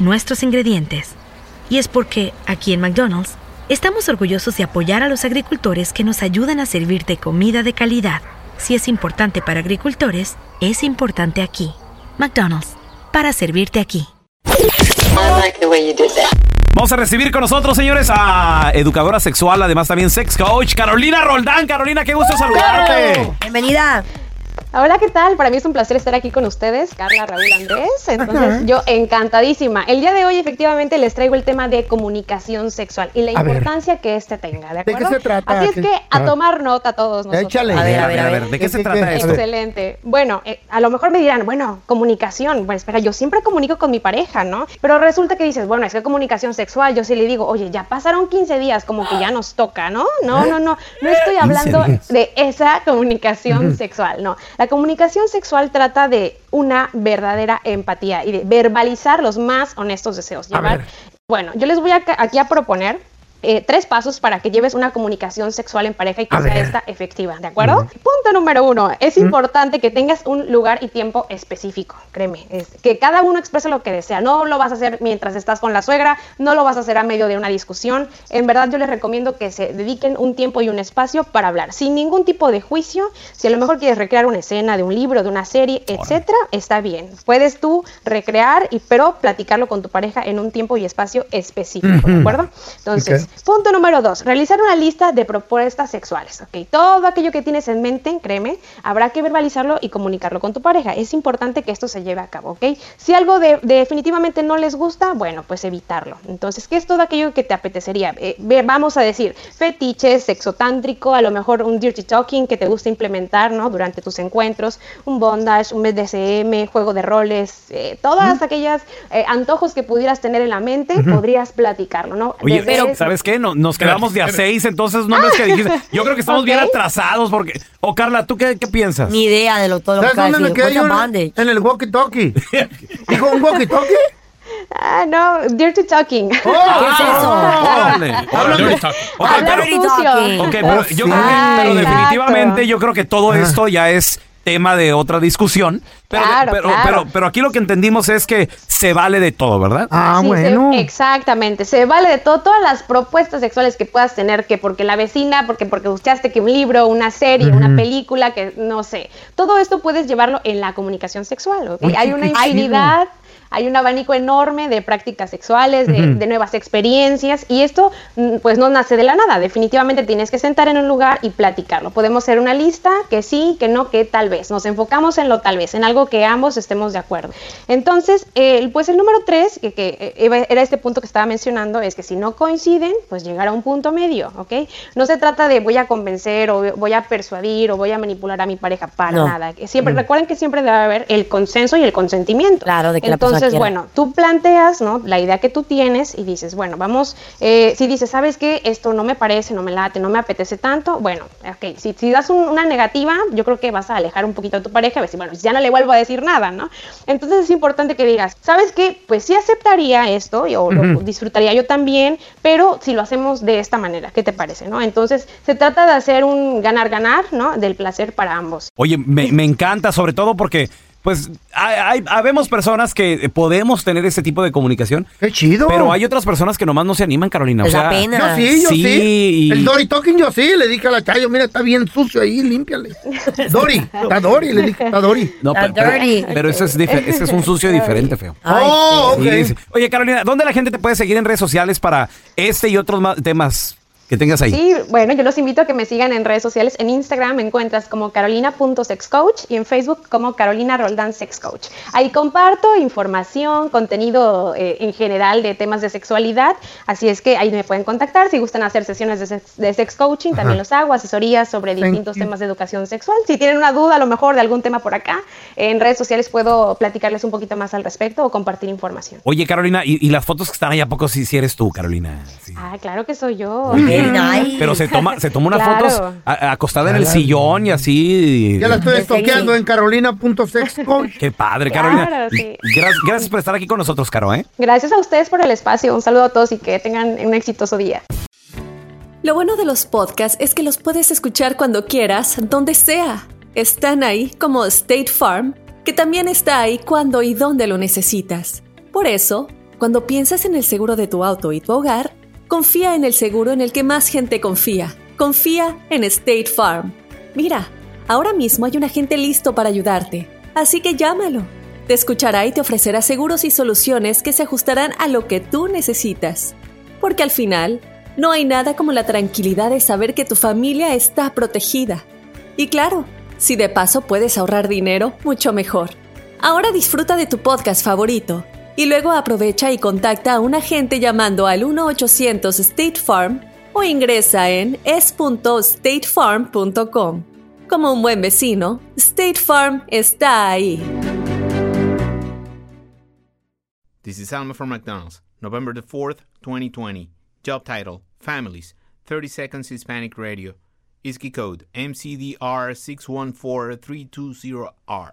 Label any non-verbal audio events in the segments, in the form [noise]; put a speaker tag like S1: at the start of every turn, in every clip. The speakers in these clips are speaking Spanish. S1: nuestros ingredientes. Y es porque, aquí en McDonald's, estamos orgullosos de apoyar a los agricultores que nos ayudan a servirte comida de calidad. Si es importante para agricultores, es importante aquí. McDonald's, para servirte aquí.
S2: I like the way you did that.
S3: Vamos a recibir con nosotros, señores, a educadora sexual, además también sex coach, Carolina Roldán. Carolina, qué gusto saludarte.
S4: Bienvenida.
S5: Hola, ¿qué tal? Para mí es un placer estar aquí con ustedes, Carla, Raúl, Andrés. Entonces, yo encantadísima. El día de hoy, efectivamente, les traigo el tema de comunicación sexual y la
S6: A ver.
S5: importancia que este tenga, ¿de
S6: qué
S5: acuerdo?
S6: se trata?
S5: Así es
S6: ¿Qué-
S5: que
S6: a
S5: a
S6: ver.
S5: tomar nota todos nosotros.
S6: Échale.
S4: A ver, a ver, a ver.
S3: ¿de qué se
S6: ¿Qué-
S3: trata
S6: qué?
S3: esto?
S5: Excelente. Bueno, eh, a lo mejor me dirán, bueno, comunicación. Bueno, espera, yo siempre comunico con mi pareja, ¿no? Pero resulta que dices, bueno, es que comunicación sexual, yo sí le digo, oye, ya pasaron 15 días, como que ya nos toca, ¿no? No, no, no, no estoy hablando
S3: días.
S5: de esa comunicación sexual, no. La comunicación sexual trata de una verdadera empatía y de verbalizar los más honestos deseos. Llevar-
S6: ver.
S5: Bueno, yo les voy a ca- aquí a proponer. eh, tres pasos para que lleves una comunicación sexual en pareja y que
S6: A
S5: sea
S6: ver.
S5: esta efectiva, ¿de acuerdo? Punto número uno, es importante que tengas un lugar y tiempo específico, créeme, es que cada uno exprese lo que desea, no lo vas a hacer mientras estás con la suegra, no lo vas a hacer a medio de una discusión, en verdad yo les recomiendo que se dediquen un tiempo y un espacio para hablar, sin ningún tipo de juicio, si a lo mejor quieres recrear una escena de un libro, de una serie, etcétera, está bien, puedes tú recrear, y, pero platicarlo con tu pareja en un tiempo y espacio específico, ¿de acuerdo? Entonces,
S6: Ok.
S5: Punto número dos, realizar una lista de propuestas sexuales. ¿ok? Todo aquello que tienes en mente, créeme, habrá que verbalizarlo y comunicarlo con tu pareja. Es importante que esto se lleve a cabo, ¿ok? Si algo de- definitivamente no les gusta, bueno, pues evitarlo. Entonces, ¿qué es todo aquello que te apetecería? Eh, ve- vamos a decir, fetiches, sexo tántrico, a lo mejor un dirty talking que te gusta implementar, ¿no? Durante tus encuentros, un bondage, un BDSM, juego de roles, eh, todas aquellas eh, antojos que pudieras tener en la mente, podrías platicarlo, ¿no?
S3: Oye,
S5: Desde
S3: pero
S5: ese-
S3: ¿sabes qué? No- nos quedamos de a seis, entonces nombres que dijiste.
S5: [laughs]
S3: Yo creo que estamos bien
S5: ok.
S3: atrasados porque... O Carla, ¿tú qué, qué piensas?
S4: Ni idea de lo todo lo que
S6: ¿Sabes
S4: acaba de
S6: dónde me
S4: decir.
S6: quedé
S4: What's a
S6: yo?
S4: bandage?
S6: En el walkie-talkie.
S3: [laughs]
S6: ¿Dijo un walkie-talkie?
S5: Ah, no, dirty talking.
S6: Oh.
S5: [laughs]
S3: Ah, órale, órale.
S6: Háblame.
S3: Ok,
S4: Hablar
S3: pero-
S4: dirty
S5: sucio.
S4: talking.
S3: Ok, pero yo creo que,
S5: Ah,
S3: pero
S5: exacto.
S3: definitivamente yo creo que todo esto ya es tema de otra discusión. Pero,
S5: Claro,
S3: pero,
S5: claro.
S3: pero, pero aquí lo que entendimos es que se vale de todo, ¿verdad?
S6: Ah,
S5: Sí, se-
S6: bueno.
S5: exactamente. Se vale de todo, todas las propuestas sexuales que puedas tener, que porque la vecina, porque porque gustaste que un libro, una serie, una película, que no sé. Todo esto puedes llevarlo en la comunicación sexual, ¿ok?
S6: Oye,
S5: Hay
S6: qué
S5: una
S6: chido.
S5: infinidad. Hay un abanico enorme de prácticas sexuales, de, de nuevas experiencias, y esto mm, pues no nace de la nada. Definitivamente tienes que sentar en un lugar y platicarlo. Podemos hacer una lista, que sí, que no, que tal vez. Nos enfocamos en lo tal vez, en algo que ambos estemos de acuerdo. Entonces, eh, pues el número tres, que, que, eh, iba- era este punto que estaba mencionando, es que si no coinciden, pues llegar a un punto medio, ¿ok? No se trata de voy a convencer o voy a persuadir o voy a manipular a mi pareja para
S4: No. Mm.
S5: nada. Siempre, recuerden que siempre debe haber el consenso y el consentimiento.
S4: Claro, de que la
S5: Entonces, Entonces,
S7: cualquiera.
S5: bueno, tú planteas, ¿no? La idea que tú tienes y dices, bueno, vamos, eh, si dices, ¿sabes qué? Esto no me parece, no me late, no me apetece tanto, bueno, ok, si, si das un- una negativa, yo creo que vas a alejar un poquito a tu pareja, a decir, bueno, ya no le vuelvo a decir nada, ¿no? Entonces es importante que digas, ¿sabes qué? Pues sí aceptaría esto, y- o lo disfrutaría yo también, pero si lo hacemos de esta manera, ¿qué te parece, no? Entonces se trata de hacer un ganar-ganar, ¿no? Del placer para ambos.
S3: Oye, me, me encanta, sobre todo porque, pues, hay, hay- habemos personas que podemos tener ese tipo de comunicación,
S6: Qué chido.
S3: pero hay otras personas que nomás no se animan, Carolina. O
S4: Les da
S3: sea,
S6: Yo
S4: pena.
S6: sí, yo
S3: Sí,
S6: sí.
S3: y-
S6: El Dory Talking, yo sí. Le dije a la Chayo, mira, está bien sucio ahí,
S4: [laughs]
S6: límpiale. Dory, está Dory, le dije, está Dory.
S3: No,
S4: Está
S3: pero, pero-
S4: dirty.
S3: pero eso es, dife- ese es un sucio diferente, feo.
S4: Ay,
S6: oh, ok.
S3: Sí, sí. Oye, Carolina, ¿dónde la gente te puede seguir en redes sociales para este y otros ma- temas que tengas ahí?
S5: Sí, bueno, yo los invito a que me sigan en redes sociales. En Instagram me encuentras como carolina.sexcoach y en Facebook como Carolina Roldán Sex Coach. Ahí comparto información, contenido eh, en general de temas de sexualidad, así es que ahí me pueden contactar. Si gustan hacer sesiones de sex, de sex coaching, también los hago, asesorías sobre distintos
S6: you.
S5: temas de educación sexual. Si tienen una duda a lo mejor de algún tema por acá, en redes sociales puedo platicarles un poquito más al respecto o compartir información.
S3: Oye, Carolina, ¿y, y las fotos que están ahí a poco sí, sí eres tú, Carolina? Sí.
S5: Ah, claro que soy yo.
S4: Very nice.
S3: Pero se toma, se toma unas
S5: Claro.
S3: fotos a- acostada en el sillón y así.
S6: Ya la estoy
S4: Desde
S6: estoqueando
S4: ahí.
S6: en carolina.sexcoach.
S3: Qué padre,
S5: Claro,
S3: Carolina.
S5: sí.
S3: Gra- gracias por estar aquí con nosotros, Caro, ¿eh?
S5: [laughs] Gracias a ustedes por el espacio. Un saludo a todos y que tengan un exitoso día.
S7: Lo bueno de los podcasts es que los puedes escuchar cuando quieras, donde sea. Están ahí como State Farm, que también está ahí cuando y donde lo necesitas. Por eso, cuando piensas en el seguro de tu auto y tu hogar, confía en el seguro en el que más gente confía. Confía en State Farm. Mira, ahora mismo hay un agente listo para ayudarte, así que llámalo. Te escuchará y te ofrecerá seguros y soluciones que se ajustarán a lo que tú necesitas. Porque al final, no hay nada como la tranquilidad de saber que tu familia está protegida. Y claro, si de paso puedes ahorrar dinero, mucho mejor. Ahora disfruta de tu podcast favorito y luego aprovecha y contacta a un agente llamando al 1-800 State Farm o ingresa en es.statefarm.com. Como un buen vecino, State Farm está ahí.
S8: This is Alma from McDonald's, November the 4th, 2020. Job title Families, 30 Seconds Hispanic Radio. ISKI code MCDR614320R.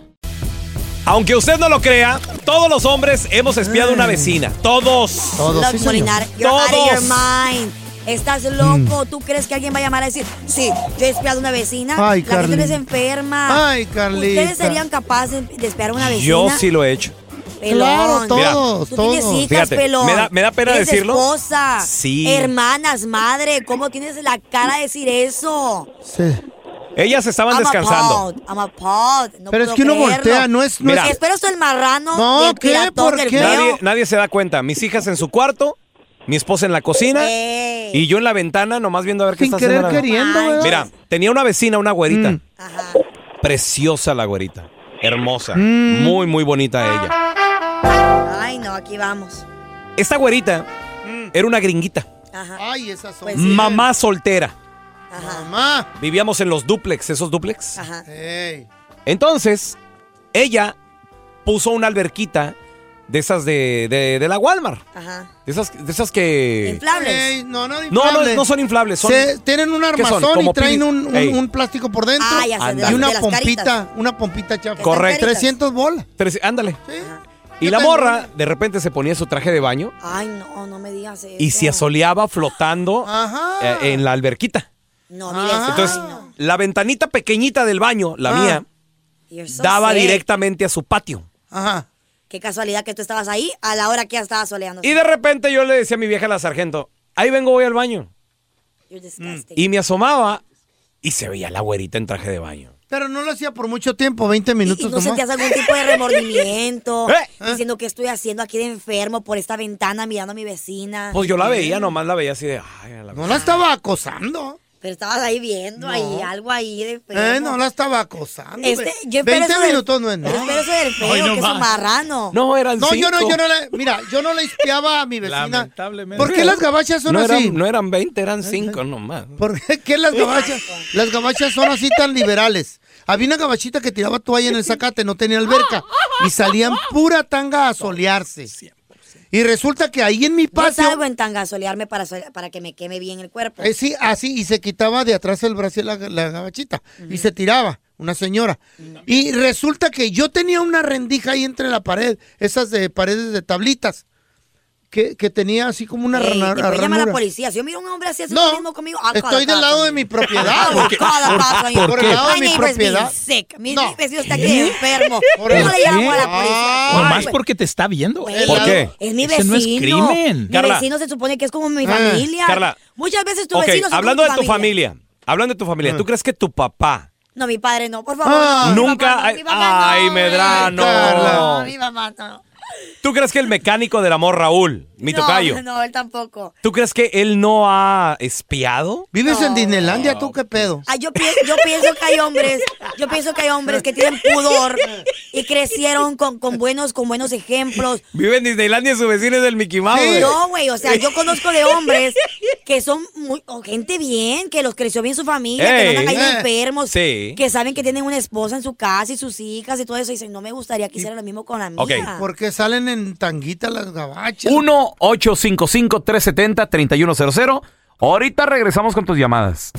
S9: Aunque usted no lo crea, todos los hombres hemos espiado a una vecina. Todos.
S6: Todo, Mm. sí,
S4: Love
S6: señor. Mm.
S4: Molinar, you're out of your
S9: Todos.
S4: mind. Estás loco. ¿Tú crees que alguien va a llamar a decir, sí, yo he espiado a una vecina?
S6: Ay,
S4: la
S6: Carlita.
S4: gente no es enferma.
S6: Ay, Carlita.
S4: ¿Ustedes serían capaces de espiar a una vecina?
S9: Yo sí lo he hecho.
S4: Pelón.
S6: Claro,
S9: Mira,
S6: todos,
S4: Tú
S6: todos.
S4: tienes hijas,
S9: Fíjate,
S4: pelón.
S9: me da- me da pena
S4: Tienes
S9: decirlo.
S4: esposa,
S9: Sí.
S4: hermanas, madre. ¿Cómo tienes la cara de decir eso?
S6: Sí.
S9: Ellas estaban
S4: I'm
S9: descansando.
S4: appalled, I'm appalled. No
S6: Pero es
S4: puedo
S6: que uno
S4: creerlo.
S6: voltea, no es- no
S9: Mira. es-
S4: Espero soy el marrano
S6: No,
S4: del
S6: ¿qué?
S4: piratón
S6: ¿Por
S4: del
S6: qué?
S4: feo.
S9: Nadie, nadie se da cuenta. Mis hijas en su cuarto, mi esposa en la cocina
S4: Ey.
S9: y yo en la ventana nomás viendo a ver qué
S6: Sin
S9: está
S6: querer
S9: haciendo. la-
S6: queriendo,
S4: Ay,
S6: ¿verdad?
S9: Mira, tenía una vecina, una güerita.
S6: Mm.
S4: Ajá.
S9: Preciosa la güerita. Hermosa.
S6: Mm.
S9: Muy, muy bonita
S4: Ah.
S9: ella.
S4: Ay, no, aquí vamos.
S9: Esta güerita era una gringuita.
S4: Ajá,
S6: Ay, esas son.
S4: Mm. Pues
S10: Mm.
S4: sí.
S9: Mamá soltera.
S4: ajá,
S6: Mamá.
S9: Vivíamos en los duplex, esos duplex.
S4: ajá.
S6: Ey.
S9: Entonces, ella puso una alberquita de esas de, de, de la Walmart.
S4: Ajá.
S9: De esas, de esas que.
S4: Inflables.
S6: Ey, no, no,
S9: No, no,
S6: inflables.
S9: no son inflables. Son,
S6: Se- tienen un
S9: ¿Qué son?
S6: armazón y
S9: Como
S6: traen
S9: pin-
S6: un, un-
S9: Ey.
S6: un plástico por dentro.
S4: Ah, ya sé, de
S6: y
S4: las-
S6: una
S4: de las
S6: pompita,
S4: caritas.
S6: una pompita chafa.
S9: Correcto.
S4: caritas.
S6: 300 bolas.
S9: tres- ándale.
S6: Sí.
S9: Y
S6: Yo
S9: la
S6: tengo
S9: morra de repente se ponía su traje de baño
S4: Ay, no, no me digas eso.
S9: y se asoleaba flotando
S6: Ajá.
S9: eh, en la alberquita.
S4: No, digas eso.
S9: Entonces,
S4: Ay, no.
S9: la ventanita pequeñita del baño, la
S6: Ah.
S9: mía,
S4: You're so
S9: daba
S4: sad.
S9: directamente a su patio.
S6: Ajá.
S4: Qué casualidad que tú estabas ahí a la hora que ya estaba soleando.
S9: Y de repente yo le decía a mi vieja la sargento, ahí vengo, voy al baño.
S4: You're disgusting.
S9: Y me asomaba y se veía la güerita en traje de baño.
S10: Pero no lo hacía por mucho tiempo, 20 minutos
S4: ¿Y no
S10: nomás.
S4: sentías algún tipo de remordimiento?
S10: ¿Eh?
S4: Diciendo que estoy haciendo aquí de enfermo por esta ventana mirando a mi vecina.
S3: [laughs]
S4: ¿Eh?
S3: Pues yo la veía, nomás la veía así de. Ay, a la
S10: No la estaba acosando.
S4: Pero estabas ahí viendo, ahí, algo ahí de enfermo.
S10: Eh, no la estaba acosando.
S4: Este,
S10: güey.
S4: yo espero
S10: 20
S4: eso del-
S10: minutos no es
S4: yo
S10: nada.
S4: espero eso del feo, que es un marrano.
S3: No, eran
S10: No, yo no,
S3: cinco.
S10: yo no le, mira, yo no le espiaba a mi vecina.
S3: Lamentablemente.
S10: ¿Por qué las gabachas son
S3: no
S10: así?
S3: Eran, no eran 20, eran
S10: [laughs]
S3: 5 nomás.
S10: ¿Por qué, qué las gabachas? Las gabachas son así tan liberales. Había una gabachita que tiraba toalla en el zacate, no tenía alberca. Y salían pura tanga a solearse. Y resulta que ahí en mi
S4: Yo
S10: patio.
S4: salgo en tanga a solearme para, sol- para que me queme bien el cuerpo.
S10: eh, sí, así, y se quitaba de atrás el brazo la, la gabachita. Y se tiraba, una señora. Y resulta que yo tenía una rendija ahí entre la pared, esas de paredes de tablitas, que, que tenía así como una
S4: Ey, te
S10: rana-
S4: puede llamar a la
S10: ranura.
S4: policía. Si yo miro a un hombre así, haciendo
S10: No,
S4: lo mismo conmigo. ah,
S10: estoy
S4: cada
S10: del lado
S4: paso.
S10: de mi
S4: [laughs]
S10: propiedad.
S4: Ah, cada paso ahí.
S10: ¿Por qué?
S4: el
S10: lado de
S4: My
S10: mi
S4: neighbor is being
S10: propiedad.
S4: sick. Mi
S10: No. ¿Eh?
S4: mi vecino está aquí enfermo. ¿Cómo
S10: Por el-
S4: le llamo a la
S10: ¿Qué?
S4: policía?
S10: Ah,
S11: Nomás porque te está viendo.
S4: Güey,
S3: ¿Por qué?
S4: Es mi
S11: Ese
S4: vecino.
S11: no es crimen.
S4: Mi
S3: Carla. Ah,
S4: vecino se supone que es como mi familia.
S3: Carla.
S4: Muchas veces tu
S3: Ok,
S4: vecino es
S3: hablando de tu familia. Hablando de tu familia, ¿tú crees que tu papá
S4: No, mi padre no, por favor.
S10: Ah,
S4: no, mi
S3: nunca
S4: papá no,
S3: hay- Ah,
S4: mi papá no,
S3: ay,
S4: güey.
S3: Medrano.
S4: No, mi papá no.
S3: ¿Tú crees que el mecánico del amor Raúl, mi
S4: No,
S3: tocayo,
S4: No, él tampoco.
S3: ¿tú crees que él no ha espiado?
S10: ¿Vives en Disneylandia tú qué pedo?
S4: Ah, yo, pien- yo pienso que hay hombres, yo pienso que hay hombres que tienen pudor y crecieron con, con buenos, con buenos ejemplos.
S3: Vive en Disneylandia y su vecino es el Mickey Mouse. güey.
S4: No, güey, o sea, yo conozco de hombres que son muy, o gente bien, que los creció bien su familia, que no
S3: Ey,
S4: han caído
S3: eh,
S4: enfermos,
S3: sí.
S4: que saben que tienen una esposa en su casa y sus hijas y todo eso, y dicen, no me gustaría que hicieran lo mismo con la mía.
S3: Ok.
S10: ¿Por qué salen en tanguita las gabachas?
S12: 1-855-370-3100. Ahorita regresamos con tus llamadas.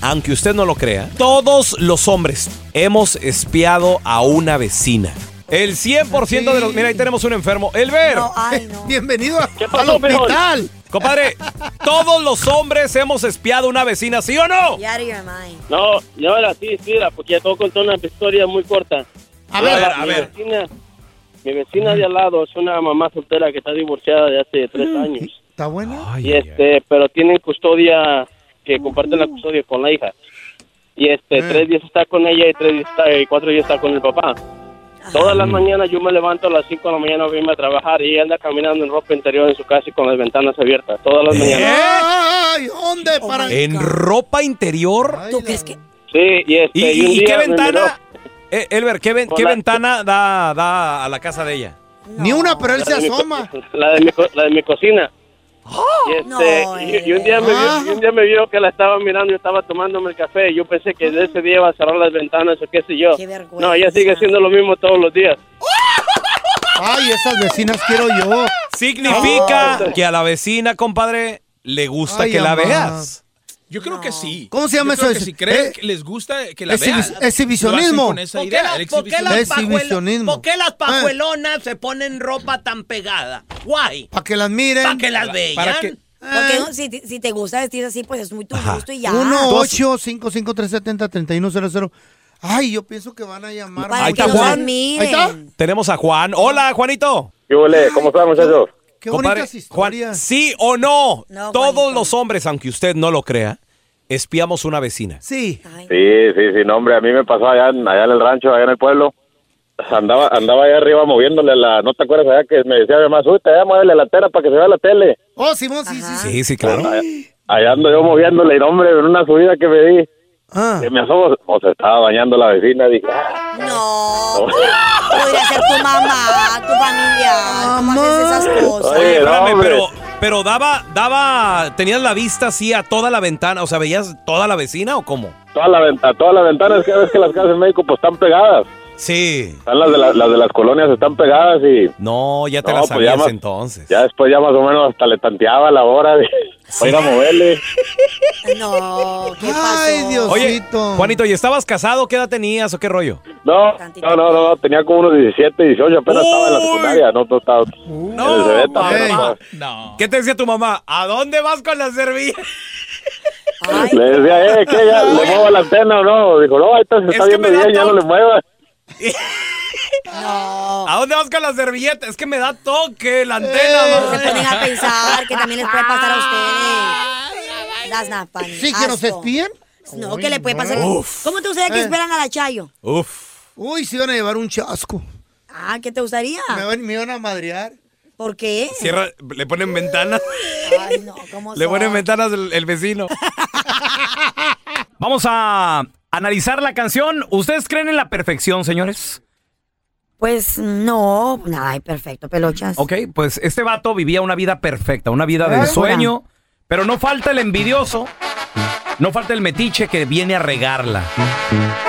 S3: Aunque usted no lo crea, todos los hombres hemos espiado a una vecina. El 100% de los... Mira, ahí tenemos un enfermo. El ver.
S4: No, ay, no.
S10: [laughs] Bienvenido a- al
S11: pasó, frijol?
S10: hospital.
S3: Compadre, todos los hombres hemos espiado a una vecina, ¿sí o no?
S4: You out of your mind.
S11: No, y ahora sí, sí, la- porque ya tengo que contar una historia muy corta.
S10: A ver,
S11: Ahora,
S3: a
S11: mi
S3: ver.
S11: Vecina, mi vecina de al lado es una mamá soltera que está divorciada de hace tres años.
S10: ¿Está bueno?
S11: Y este, pero tienen custodia, que comparten
S10: Uh.
S11: la custodia con la hija. Y este,
S10: Eh.
S11: tres días está con ella y tres días está- y cuatro días está con el papá. Todas
S10: Ah.
S11: las mañanas yo me levanto a las 5 de la mañana para irme a trabajar y ella anda caminando en ropa interior en su casa y con las ventanas abiertas. Todas
S10: ¿Eh?
S11: las mañanas.
S10: ¡Ay! ¿Dónde? para...
S4: my-
S3: En ropa interior.
S10: Ay,
S4: ¿Tú
S10: la-
S4: crees que
S11: Sí, y este.
S3: ¿Y,
S11: un
S3: y- y
S11: día
S3: qué
S11: me miró-
S3: ventana? Eh, Elber, ¿qué, ven-
S11: Con
S3: qué
S11: la-
S3: ventana da, da a la casa de ella?
S10: Ni una, pero él se
S11: La de mi co-
S10: asoma.
S11: La de mi, co- la de mi cocina. Y, este,
S4: ¡Oh! no, eh.
S11: y- y un día me
S10: Ah.
S11: vio, y un día me vio que la estaba mirando, yo estaba tomándome el café. y Yo pensé que de ese día iba a cerrar las ventanas o qué sé yo.
S4: Qué vergüenza.
S11: No, ella sigue haciendo lo mismo todos los días.
S10: Ay, esas vecinas quiero yo.
S3: Significa
S11: No.
S3: que a la vecina, compadre, le gusta
S10: Ay,
S3: que la
S10: amá.
S3: veas.
S11: Yo creo que sí.
S10: ¿Cómo se llama
S11: Yo creo
S10: eso?
S11: que si creen
S10: Eh,
S11: que les gusta que la
S10: exhibi-
S11: vean,
S10: exhibicionismo.
S11: lo hacen con esa
S10: ¿Por qué
S11: idea,
S10: la-
S11: el
S10: por qué
S11: exhibicionismo.
S10: la- Exhibicionismo.
S13: ¿Por qué las
S10: Ah.
S13: pajuelonas se ponen ropa tan pegada? Guay.
S10: Para que las miren.
S13: Para que las vean.
S11: para que-
S4: Porque no, si, te- si te gusta vestir así, pues es muy tu gusto y ya.
S10: 1 8 5 5 3 70 31 00 Ay, yo pienso que van a llamar.
S4: Para
S3: Ahí
S4: que
S3: está
S4: los
S3: Juan.
S4: admiren.
S10: Ahí está.
S3: Tenemos a Juan. Hola, Juanito.
S11: ¿Qué huele? ¿Cómo están, muchachos?
S10: Qué
S3: Compadre,
S10: bonitas
S3: Juan,
S10: historias.
S3: ¿sí o no?
S4: No,
S3: Todos
S4: Juanito.
S3: los hombres, aunque usted no lo crea, espiamos una vecina.
S10: Sí.
S4: Ay,
S11: Sí, sí, sí, no, hombre, a mí me pasó allá, en- allá en el rancho, allá en el pueblo. Andaba andaba allá arriba moviéndole la... ¿No te acuerdas allá que me decía mi mamá, súbete allá, muévele la tela para que se vea la tele?
S10: Oh, Simón, sí, sí,
S4: Ajá.
S10: sí.
S3: Sí, sí, claro.
S11: Allá, allá ando yo moviéndole, y no, hombre, en una subida que me di,
S10: Ah.
S11: que me asomo, o se estaba bañando la vecina, dije, ah,
S4: No. Podría ser tu mamá, tu familia. ¿Cómo haces esas cosas?
S11: Oye, no,
S3: Espérame,
S11: hombre.
S3: pero, pero daba, daba, tenías la vista así a toda la ventana, o sea, veías toda la vecina o cómo?
S11: toda la ventana, todas las ventanas, cada vez que las casas en México, pues están pegadas.
S3: Sí.
S11: Están las de, la- las de las colonias, están pegadas y...
S3: No, Oh, ya te
S11: No,
S3: la
S11: pues ya
S3: sabías
S11: más-
S3: entonces.
S11: Ya después ya más o menos hasta le tanteaba la hora de para ir a moverle.
S4: No, ¿qué pasó?
S10: Ay, Dios.
S3: Oye,
S10: Diosito.
S3: Juanito, ¿y estabas casado? ¿Qué edad tenías o qué rollo?
S11: No,
S4: Tantito.
S11: no, no, no, tenía como unos 17, 18, apenas estaba en la
S3: Uy.
S11: secundaria, no, no estaba en el
S3: No,
S11: Cebeta,
S3: mamá.
S11: apenas estaba.
S13: No.
S3: ¿Qué te decía tu mamá? ¿A dónde vas con la servilla?
S4: Ay,
S11: Le decía, eh, ¿qué? Ya, ¿Le muevo la antena o no? Dijo, no, ahí está, se
S3: Es
S11: está
S3: que
S11: viendo
S3: me da
S11: bien, ya no
S3: toque.
S11: le muevas.
S3: ¿A dónde vas con la servilleta? Es que me da toque la antena,
S4: Eh, se
S3: mamá.
S4: ponen a pensar que también les puede pasar a ustedes. Las napas.
S10: Sí, que nos espíen.
S4: No, ¿qué le puede pasar?
S10: Uf.
S4: ¿Cómo te gustaría que
S10: Eh.
S4: esperan a la Chayo?
S9: Uf.
S10: Uy, se iban a llevar un chasco.
S4: Ah, ¿qué te gustaría?
S10: Me, van- me iban a madrear.
S4: ¿Por qué?
S9: Cierra, le ponen ventanas.
S4: Ay, no, ¿cómo
S9: Le
S4: son?
S9: ponen ventanas el, el vecino.
S3: Vamos a analizar la canción. ¿Ustedes creen en la perfección, señores?
S4: Pues no, ay, perfecto, pelochas.
S3: Ok, pues este vato vivía una vida perfecta, una vida de
S4: Ah.
S3: ensueño, pero no falta el envidioso, no falta el metiche que viene a regarla.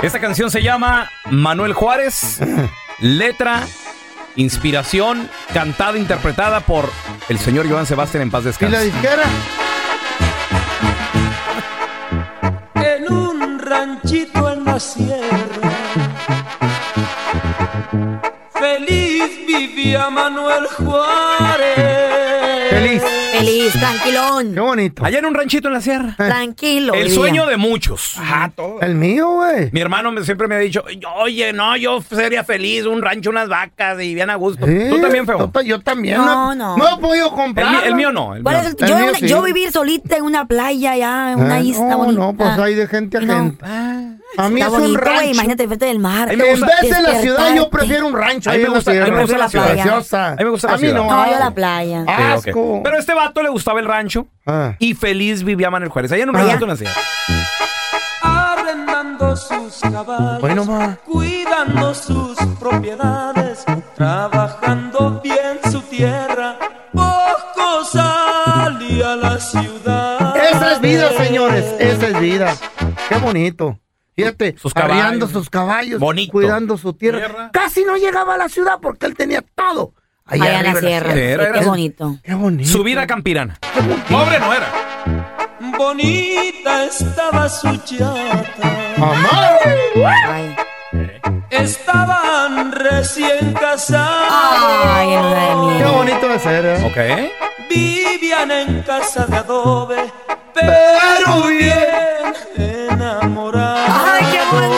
S3: Esta canción se llama Manuel Juárez, letra, inspiración, cantada, interpretada por el señor Joan Sebastián en paz
S10: ¿Y la
S3: descanse.
S10: disquera?
S14: En un ranchito en la sierra, feliz vivía Manuel Juárez.
S10: Feliz.
S4: Feliz, Pues, tranquilón.
S10: Qué bonito. Eh.
S3: Allá en un ranchito en la sierra.
S4: Tranquilo.
S3: El
S4: vivía.
S3: sueño de muchos.
S10: El mío, güey.
S3: Mi hermano me- siempre me ha dicho, oye, no, yo sería feliz, un rancho, unas vacas y bien a gusto. Tú también, feo.
S10: Yo también.
S4: No, no.
S10: No he podido comprar.
S3: El mi- el mío no, el
S4: ¿Cuál
S3: mío
S4: es el-
S10: El
S4: yo,
S10: mío
S4: una-
S10: sí.
S4: yo vivir solita en una playa ya, en
S10: Ah,
S4: una isla
S10: no,
S4: bonita. Ah,
S10: no, pues hay de gente a gente. A mí
S4: Está
S10: es
S4: bonito,
S10: un
S4: güey,
S10: rancho.
S4: imagínate enfrente del mar.
S10: En vez de la ciudad, yo
S4: Despertarte.
S10: prefiero un rancho.
S3: A mí
S10: ahí
S3: me
S10: en la
S3: gusta- a mí me
S10: sierra.
S3: gusta la ciudad.
S10: Preciosa.
S3: A mí me gusta la
S10: A mí
S3: ciudad.
S10: no.
S4: No, yo
S10: ay.
S4: la playa.
S3: Sí, ok.
S10: Asco. Ah.
S3: Pero a este vato le gustaba el rancho y feliz vivía Manuel Juárez. Allá en un ranchito nacía.
S14: Arrendando sus caballos,
S3: Hoy nomás.
S14: cuidando sus propiedades, trabajando bien su tierra, poco salía a la ciudad.
S10: Esa es vida, señores. Esa es vida. Qué bonito. Fíjate,
S3: Sus caballos.
S10: arriando sus caballos,
S3: Bonito.
S10: cuidando su tierra. Casi no llegaba a la ciudad porque él tenía todo.
S4: Allá en la
S10: arriba
S4: sierra.
S3: sierra,
S4: Qué
S3: era-
S4: bonito.
S10: Qué bonito.
S3: ¿eh? Su vida campirana. Pobre no era.
S14: Bonita estaba su chata,
S10: Mamá.
S4: Ay,
S14: estaban recién casados.
S4: Ay, en la de miel.
S10: Qué bonito de ser, ¿eh?
S3: Ok.
S14: Vivían en casa de adobe, pero bien enamorados.
S4: Ay, qué bonito.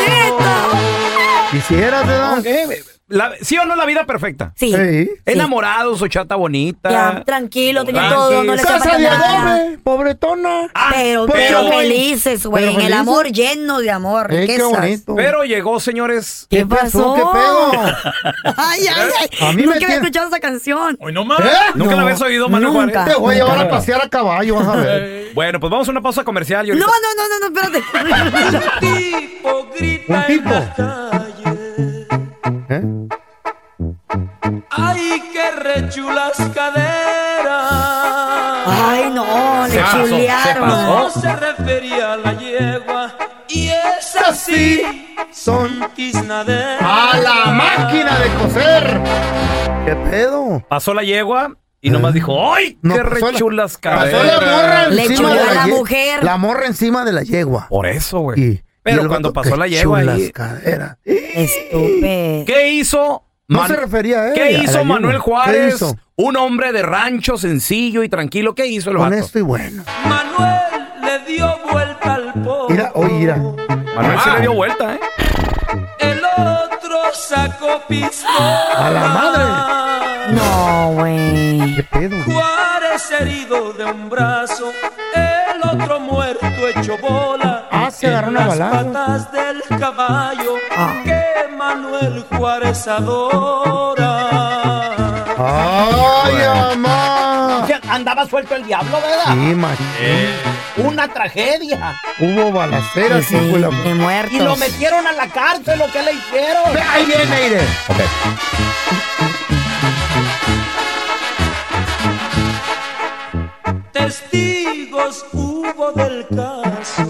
S10: Quisieras, ¿verdad?
S3: eh, La- ¿Sí o no la vida perfecta?
S4: Sí.
S10: Sí.
S3: Enamorados, ochata bonita.
S4: Ya, tranquilo, tenía
S3: Tranquilo.
S4: todo, no le
S10: Casa
S4: falta
S10: de
S4: nada.
S10: adobe, pobretona.
S3: Ah,
S4: Pero,
S10: pero-
S4: pero felices, güey.
S10: pero
S4: En el
S10: felices.
S4: amor lleno de amor.
S10: Eh, qué
S4: riquezas.
S10: bonito.
S3: Pero llegó, señores.
S4: ¿Qué pasó?
S10: ¿Qué pedo?
S4: Ay, ay, ay.
S10: A mí me
S4: Nunca había
S10: tiene-
S4: escuchado esa canción.
S3: Hoy nomás.
S10: ¿Eh?
S3: Nunca la
S10: No,
S3: habías oído, Manuel
S4: nunca.
S3: Juárez.
S10: Te voy a llevar a pasear a caballo, vas a ver.
S3: [laughs] Bueno, pues vamos a una pausa comercial. y
S4: No, no, no, no,
S3: ahorita-
S4: no, espérate.
S10: [laughs]
S14: tipo grita
S10: Un tipo.
S14: en la calle.
S10: ¿Eh?
S14: ¡Ay, qué rechulas caderas!
S4: Ay, no,
S3: Se
S4: le
S3: pasó, se
S4: chulearon.
S3: pasó.
S14: No se refería a la yegua y es así
S10: Son
S14: tiznaderas.
S10: a la máquina de coser. ¿Qué pedo? ¿Eh?
S3: Pasó la yegua y nomás dijo, ¡ay!
S10: No,
S3: ¡Qué
S10: pasó la-
S3: rechulas
S10: Pasó la morra
S3: caderas!
S4: Le
S10: encima
S4: chuló
S10: de
S4: a la
S10: ye-
S4: mujer.
S10: La morra encima de la yegua.
S3: Por eso, güey.
S10: Y- y
S3: Pero
S10: el
S3: cuando
S10: vato,
S3: pasó
S10: qué
S3: la yegua
S10: chulas
S3: ahí-
S10: caderas.
S4: Estúpido.
S3: ¿Qué hizo?
S10: No
S3: Man-
S10: se refería a ella,
S3: ¿Qué
S10: a la
S3: hizo
S10: yegua?
S3: Manuel Juárez?
S10: ¿Qué hizo?
S3: Un hombre de rancho sencillo y tranquilo. ¿Qué hizo el vato?
S10: Honesto y bueno.
S14: Manuel le dio vuelta al pozo.
S10: Mira, oye, mira. Ah.
S3: Manuel se le dio vuelta, ¿eh?
S14: El otro sacó pistola.
S10: A la madre. Oh,
S4: No, güey.
S10: ¿Qué pedo?
S14: Juárez herido de un brazo, el otro muerto hecho bola.
S10: Ah, se
S14: en
S10: agarró una Ah.
S14: las
S10: balada.
S14: patas del caballo que Manuel Juárez adora.
S10: ¡Ay, mamá!
S15: Andaba suelto el diablo, ¿verdad?
S10: Sí, machín.
S3: Eh.
S15: Una tragedia.
S10: Hubo balaceras,
S4: Sí,
S10: hijo de la-
S4: de
S15: Y lo
S4: muertos.
S15: metieron a la cárcel, ¿o qué le hicieron?
S10: Ve, Ahí viene, aire.
S14: testigos hubo del caso.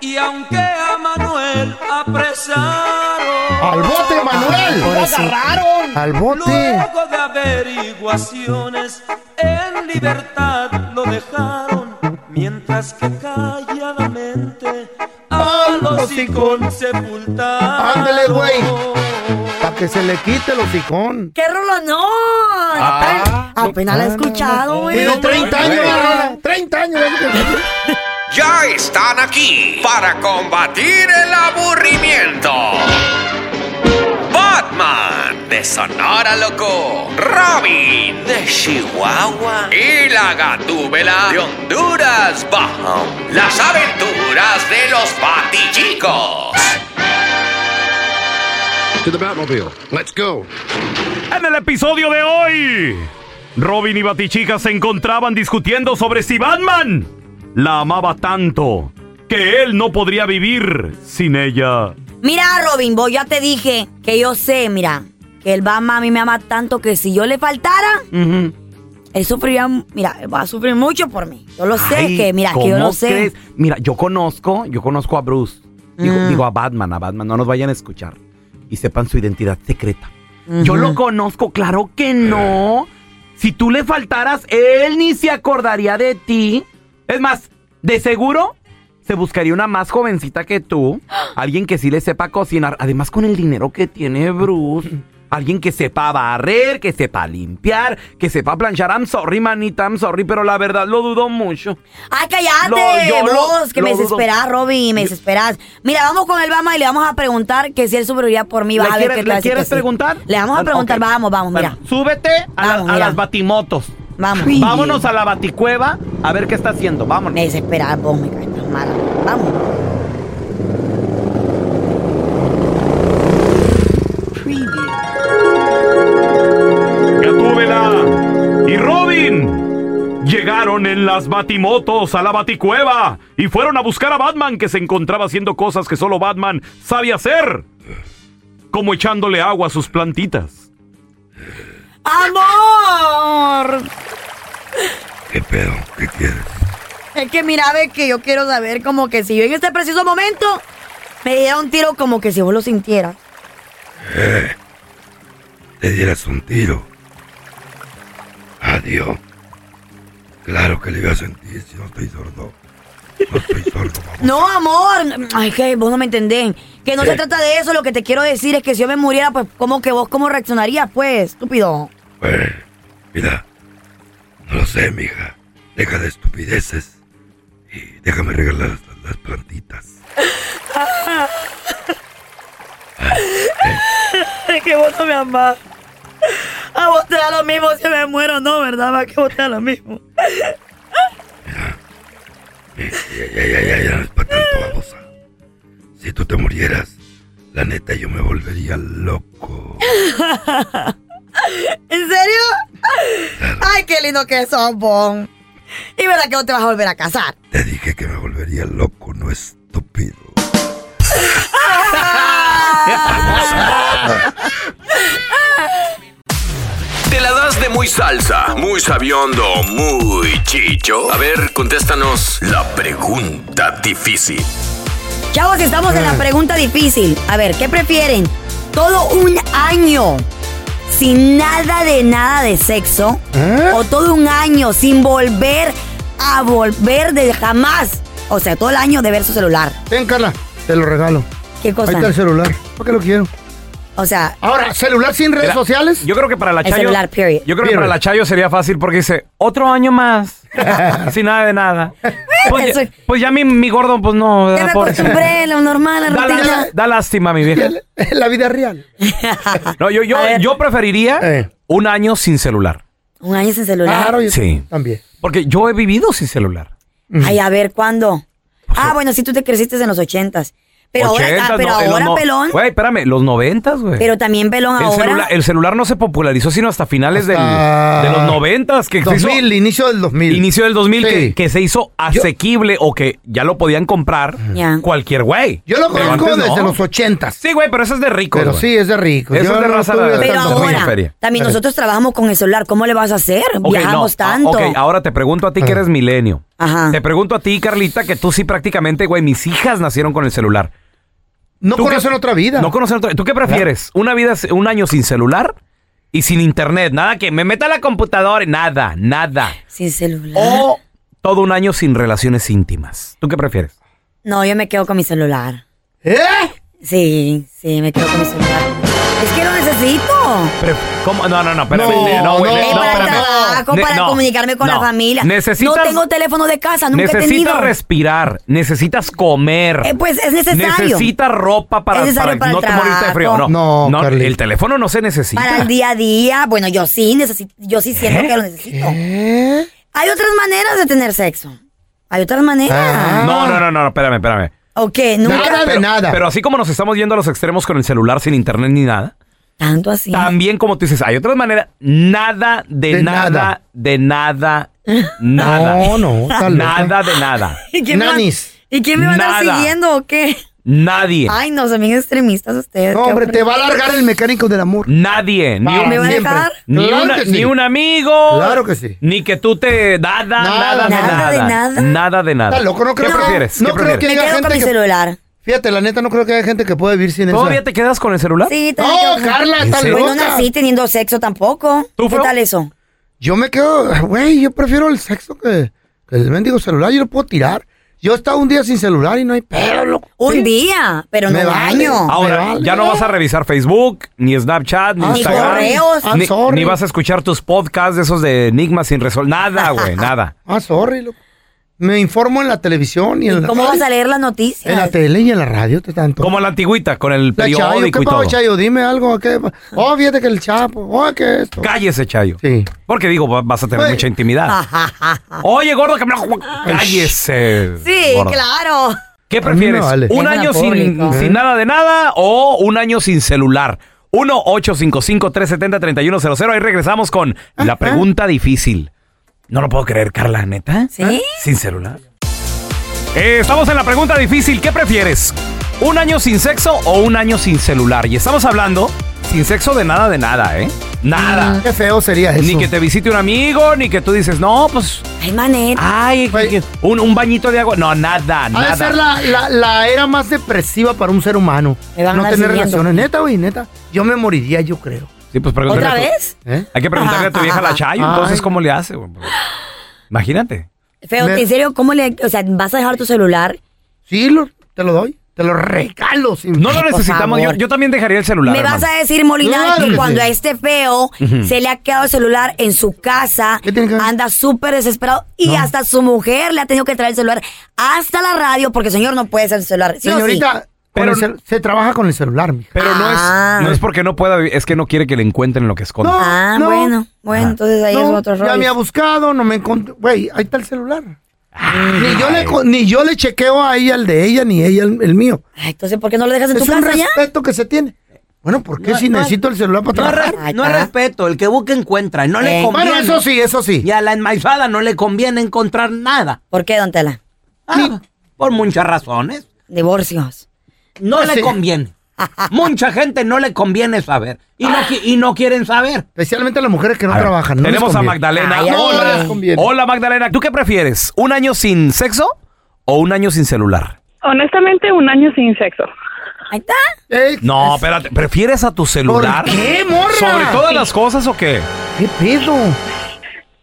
S14: Y aunque a Manuel
S10: ¡Al
S14: apresaron,
S10: bote,
S4: Por
S10: Manuel!
S4: eso.
S10: ¡Al bote!
S14: luego de averiguaciones, en libertad lo dejaron, mientras que calladamente a
S10: Al
S14: los
S10: hocicón.
S14: sepultaron.
S10: Ándale, güey. Para que se le quite el hocicón.
S4: ¡Qué rolonón!
S14: Ah.
S4: Apenas- Apenas la he escuchado, güey.
S10: Tiene 30 años, ¿verdad? 30 años.
S16: Ya están aquí para combatir el aburrimiento. Batman de Sonora Loco, Robin de Chihuahua y la gatúbela de Honduras Bajo. Las aventuras de los patichicos.
S17: To the Batmobile. Let's go.
S3: En el episodio de hoy, Robin y Batichica se encontraban discutiendo sobre si Batman la amaba tanto que él no podría vivir sin ella.
S4: Mira, Robin, vos ya te dije que yo sé, mira, que el Batman a mí me ama tanto que si yo le faltara, él sufriría, mira, él va a sufrir mucho por mí. Yo lo sé,
S3: Ay,
S4: que mira, que yo
S3: ¿cómo
S4: lo sé.
S3: crees? Mira, yo conozco, yo conozco a Bruce. Digo,
S4: Mm.
S3: digo a Batman, a Batman, no nos vayan a escuchar. Y sepan su identidad secreta. Yo
S18: Ujú.
S3: lo conozco, claro que no. Si tú le faltaras, él ni se acordaría de ti. Es más, de seguro se buscaría una más jovencita que tú. Alguien que sí le sepa cocinar. Además, con el dinero que tiene Bruce. Alguien que sepa barrer, que sepa limpiar, que sepa planchar. I'm sorry, manita, I'm sorry, pero la verdad lo dudo mucho.
S4: Ay, cállate,
S3: Lo- yo lo-
S4: vos, que
S3: lo
S4: me
S3: dudo.
S4: desesperás, Robin, me desesperás. Mira, vamos con el Bama y le vamos a preguntar que si él sufriría por mí.
S3: ¿Le
S4: Vas a ver
S3: quieres-
S4: qué te
S3: le
S4: va a decir
S3: quieres
S4: que sí.
S3: preguntar?
S4: Le vamos a
S3: Ah,
S4: preguntar,
S3: ok.
S4: vamos, vamos,
S3: Bueno,
S4: mira.
S3: Súbete a, la- a las batimotos.
S4: Vamos.
S3: Vámonos a la baticueva a ver qué está haciendo. Vámonos.
S4: Me desesperás, vos, me caes tan mala. Vamos.
S3: Gatúbela y Robin llegaron en las batimotos a la baticueva y fueron a buscar a Batman que se encontraba haciendo cosas que solo Batman sabe hacer. Como echándole agua a sus plantitas.
S4: ¡Amor!
S17: ¿Qué pedo? ¿Qué quieres?
S4: Es que mira, ve que yo quiero saber como que si yo en este preciso momento me diera un tiro como que si vos lo sintieras.
S17: Eh, te dieras un tiro. Adiós. Claro que le iba a sentir si no estoy sordo.
S4: No, amor. Ay, que vos no me entendés. Que no se trata de eso. Lo que te quiero decir es que si yo me muriera, pues, ¿cómo que vos cómo reaccionarías, pues, estúpido?
S17: Pues, mira, no lo sé, mija. Deja de estupideces y déjame regalar las, las plantitas.
S4: Es que vos no me amás. A vos te da lo mismo si me muero, ¿no? ¿Verdad? Va que vos te da lo mismo.
S17: [laughs] Ya, ya, ya, ya, ya, no es para tanto, babosa. Si tú te murieras, la neta yo me volvería loco.
S4: ¿En serio? Ay, qué lindo que sos, Bon. Y verdad que vos te vas a volver a casar.
S17: Te dije que me volvería loco, no estúpido.
S16: ¿Te la das de muy salsa, muy sabiondo, muy chicho? A ver, contéstanos la pregunta difícil.
S4: Chavos, estamos
S10: Eh.
S4: en la pregunta difícil. A ver, ¿qué prefieren? ¿Todo un año sin nada de nada de sexo?
S10: ¿Eh?
S4: ¿O todo un año sin volver a volver de jamás? O sea, todo el año de ver su celular.
S10: Ten, Carla, te lo regalo.
S4: ¿Qué cosa?
S10: Ahí está el celular. ¿Por qué lo quiero? Ah.
S4: O sea...
S10: Ahora, ¿celular sin redes
S9: Mira,
S10: sociales?
S3: Yo creo que para
S9: la Chayo- Yo creo que para la Chayo sería fácil porque dice,
S10: [laughs]
S9: otro
S4: [laughs]
S9: año más. sin nada de nada. Pues, ya- pues ya mi, mi gordo, pues no.
S4: Ya me
S9: pobre.
S4: acostumbré, lo normal, la
S9: Da, lá-
S4: rutina.
S9: [laughs] da lástima,
S4: [laughs]
S9: mi vieja.
S10: La vida [laughs] real.
S9: No, yo, yo, yo preferiría
S10: Eh.
S9: un año sin celular.
S4: Un año sin celular.
S9: Sí.
S10: También.
S9: Porque yo he vivido sin celular.
S4: Ay, a ver, ¿cuándo? Ah, bueno, sí, tú te creciste en los ochentas. Pero ahora,
S9: 80s,
S4: está- pero
S9: no, en los
S4: ahora
S9: no-
S4: pelón.
S9: Güey, espérame, los noventas, güey.
S4: Pero también pelón
S9: el,
S4: ahora.
S9: celula- el celular no se popularizó sino hasta finales del-
S10: Hasta
S9: de los noventas. Que
S10: 2000, inicio del 2000.
S9: Inicio del 2000
S10: Sí.
S9: que, que se hizo asequible o que ya lo podían comprar
S10: Ya.
S9: cualquier güey.
S10: Yo lo
S9: Pero
S10: conozco
S9: antes
S10: desde
S9: no.
S10: los 80. Sí,
S9: güey, pero eso es de rico.
S10: Pero
S9: güey.
S10: sí, es de rico.
S9: Eso es de raza de-
S4: Pero ahora, también
S9: Eh.
S4: nosotros trabajamos con el celular. ¿Cómo le vas a hacer?
S9: Ok,
S4: Viajamos
S9: no,
S4: tanto.
S9: ah, ok, ahora te pregunto a ti que eres milenio. Te pregunto a ti, Carlita, que tú sí prácticamente, güey, mis hijas nacieron con el celular.
S10: No
S9: ¿Tú qué-
S10: conocen otra vida.
S9: No conocen otra ¿Tú qué prefieres? ¿Una vida, un año sin celular y sin internet? Nada que me meta a la computadora, nada, nada.
S4: Sin celular.
S9: O todo un año sin relaciones íntimas. ¿Tú qué prefieres?
S4: No, yo me quedo con mi celular. ¿Eh? Sí, sí, me quedo con mi celular. Es que lo necesito.
S9: Pref- ¿Cómo? No, no, no, espérame.
S4: No, no,
S9: güey,
S3: eh,
S9: no,
S4: para el
S9: espérame.
S4: trabajo, trabajo
S3: Ne-
S4: Ah, para
S3: no,
S4: comunicarme con
S3: no.
S4: la familia.
S3: Necesitas-
S4: no tengo teléfono de casa, nunca he
S3: necesitas
S4: tenido.
S3: respirar, necesitas comer.
S4: Eh, pues, es necesario.
S3: Necesitas ropa para,
S4: Es necesario para
S3: para,
S4: el
S3: no te morirte de frío. No,
S4: trabajo.
S3: no, el teléfono no se necesita.
S4: Para el día a día, bueno, yo sí necesito, yo sí siento
S3: ¿Qué?
S4: que lo necesito. Hay otras maneras de tener sexo. Hay otras maneras.
S10: Ah.
S3: No, no, no, no, espérame, espérame.
S4: ¿O qué? Nunca.
S3: Pero- Pero así como nos estamos yendo a los extremos con el celular sin internet ni nada.
S4: Tanto así.
S3: También como tú dices, hay otras maneras, nada de,
S4: De
S3: nada,
S4: nada.
S3: de nada, nada.
S10: No, no, está loca.
S3: nada de nada.
S4: [laughs] [laughs] ¿Y quién me va-
S10: Nanis.
S4: ¿Y quién me va a andar
S3: Nada.
S4: siguiendo o qué?
S3: Nadie.
S4: Ay, no, son bien extremistas ustedes.
S10: No,
S4: qué
S10: hombre, te va a
S4: horror.
S10: largar el mecánico del amor.
S3: Nadie, ni
S10: Para
S3: un,
S4: ¿Me va a
S3: siempre.
S4: dejar?
S3: Ni,
S10: Claro
S3: una-
S10: que sí.
S3: ni un amigo.
S10: Claro que sí.
S3: Ni que tú te nada, nada, de nada,
S10: nada de
S3: nada. de nada.
S10: Está loco, no creo
S3: ¿Qué
S10: que-
S3: prefieres?
S10: No
S3: ¿Qué
S10: creo que
S3: prefieres?
S10: haya gente que-
S4: celular.
S10: Fíjate, la neta, no creo que haya gente que pueda vivir sin eso.
S3: ¿Todavía te quedas con el celular?
S4: Sí,
S10: No,
S4: también tengo-
S10: Carla, está
S4: Bueno,
S10: loca.
S4: nací teniendo sexo tampoco. ¿Qué tal eso?
S10: Yo me quedo, güey, yo prefiero el sexo que, que el mendigo celular, yo lo puedo tirar. Yo he estado un día sin celular y no hay pedo, loco.
S4: Un día, pero no
S10: Me
S4: un
S10: vale.
S4: año.
S3: Ahora, ya no vas a revisar Facebook, ni Snapchat, ni
S4: Ni
S3: Instagram.
S4: correos.
S3: Ni, ni vas a escuchar tus podcasts de esos de Enigmas sin resolver. Nada, güey,
S10: [laughs]
S3: nada.
S10: Ah, sorry, loco. Me informo en la televisión y en la
S4: ¿Cómo
S10: radio.
S4: vas a leer las noticias?
S10: En la tele y en la radio, te tanto.
S3: Como la antigüita, con el
S10: La Chayo,
S3: periódico
S10: ¿qué
S3: y todo.
S10: pasó, Chayo? Dime algo. ¿qué? pa- Oh, fíjate que el Chapo. Oh, que esto.
S3: Cállese, Chayo.
S10: Sí. Ah.
S3: Porque digo, va- vas a tener mucha intimidad.
S4: [laughs]
S3: Oye, gordo, que me la- Cállese.
S4: Sí,
S3: gordo.
S4: claro.
S3: ¿Qué prefieres?
S10: me vale.
S3: ¿Un
S10: Es
S3: año sin,
S10: anabólico.
S3: sin nada de nada o un año sin celular? 1-855-370-3100. Ahí regresamos con la pregunta difícil. No lo puedo creer, Carla, neta.
S4: ¿Sí?
S3: Sin celular. Eh, estamos en la pregunta difícil. ¿Qué prefieres? ¿Un año sin sexo o un año sin celular? Y estamos hablando sin sexo de nada, de nada, ¿eh? Nada.
S10: Mm. Qué feo sería eso.
S3: Ni que te visite un amigo, ni que tú dices, no, pues.
S4: Ay, manet.
S3: Ay, que- un, un bañito de agua. No, nada,
S10: Ha de
S3: nada.
S10: ser la, la- la era más depresiva para un ser humano.
S4: Me van a
S10: No
S4: andar
S10: tener
S4: siguiendo.
S10: relaciones. Neta, güey, neta. Yo me moriría, yo creo.
S3: Sí, pues pregúntale
S4: ¿Otra
S3: a tu-
S4: vez?
S10: ¿Eh?
S3: Hay que preguntarle a tu vieja la Chayo,
S10: Ay.
S3: entonces, ¿cómo le hace? güey? Imagínate.
S4: Feo,
S10: Me-
S4: ¿en serio cómo le... O sea, ¿vas a dejar tu celular?
S10: Sí, lo- te lo doy. Te lo regalo. sin-
S3: No lo
S10: Ay, por
S3: necesitamos, yo,
S10: favor.
S3: yo también dejaría el celular.
S4: Me vas
S3: hermano.
S4: a decir, Molina,
S10: Claro
S4: que
S10: que
S4: cuando
S10: sí.
S4: a este feo
S3: Ujú.
S4: se le ha quedado el celular en su casa, anda súper desesperado y hasta su mujer le ha tenido que traer el celular hasta la radio porque, señor, no puede ser el celular. ¿Sí o sí?
S10: Señorita, con el cel- se trabaja con el celular, mija.
S3: Pero no
S4: Ah.
S3: es, no es porque no pueda vivir, es que no quiere que le encuentren lo que esconde.
S10: No,
S4: Ah,
S10: no.
S4: bueno, bueno, entonces ahí es
S10: No,
S4: otro
S10: ya me ha
S4: rollo.
S10: buscado, no me encontró. Güey, ahí está el celular. Ni yo, le, co- ni yo le chequeo a ella el de ella, ni ella el, el mío.
S4: Ay, Ah, entonces, ¿por qué no lo dejas en
S10: Es
S4: tu
S10: un
S4: casa ya?
S10: respeto que se tiene. Bueno, ¿por qué si necesito el celular
S15: No,
S10: para
S15: es
S10: trabajar? Ah.
S15: re- no es respeto, el que busca encuentra, no le
S4: Eh.
S15: conviene.
S10: Bueno, eso sí, eso sí.
S15: Y a la enmaizada no le conviene encontrar nada.
S4: ¿Por qué, don Tela?
S15: Ah, Por muchas razones.
S4: Divorcios.
S15: No
S10: Pues
S15: le
S10: sí.
S4: [laughs]
S15: conviene. Mucha gente no le conviene saber. Y no, qui- y no quieren saber.
S10: Especialmente a las mujeres que no
S3: A ver,
S10: trabajan. no les
S3: tenemos a
S10: conviene.
S3: Magdalena.
S4: Ay,
S10: No, no les
S3: Hola.
S10: conviene.
S3: Hola, Magdalena. ¿Tú qué prefieres? ¿Un año sin sexo o un año sin celular?
S18: Honestamente, un año sin sexo.
S4: Ahí está.
S10: Eh,
S3: No, espérate. ¿Prefieres a tu celular?
S10: qué, morra?
S3: ¿Sobre todas las cosas o qué?
S10: ¿Qué pedo?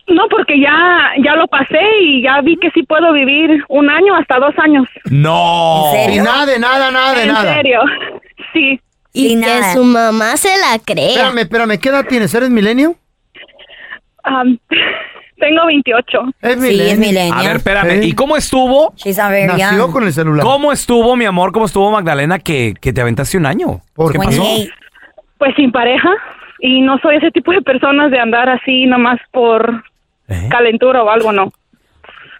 S18: No, porque ya, ya lo pasé y ya vi que sí puedo vivir un año hasta dos años.
S3: No.
S4: ¿En
S10: Oh, Y
S4: serio?
S10: nada de nada, nada de
S18: en
S10: nada.
S18: serio. [laughs] Sí.
S4: Y nada.
S19: mamá se la cree.
S10: Espérame, espérame, ¿qué edad tienes? ¿Eres milenio?
S18: Am, [laughs] tengo 28.
S10: Es
S4: Sí, es milenio.
S3: A ver, espérame. ¿Y cómo estuvo?
S4: She's a very
S10: Nació
S4: young.
S10: con el celular.
S3: ¿Cómo estuvo, mi amor? ¿Cómo estuvo Magdalena que, que te aventaste un año?
S10: ¿Por
S3: ¿Qué
S10: qué?
S3: pasó?
S4: 28.
S18: Pues sin pareja. Y no soy ese tipo de personas de andar así nomás por
S3: ¿Eh?
S18: calentura o algo, no.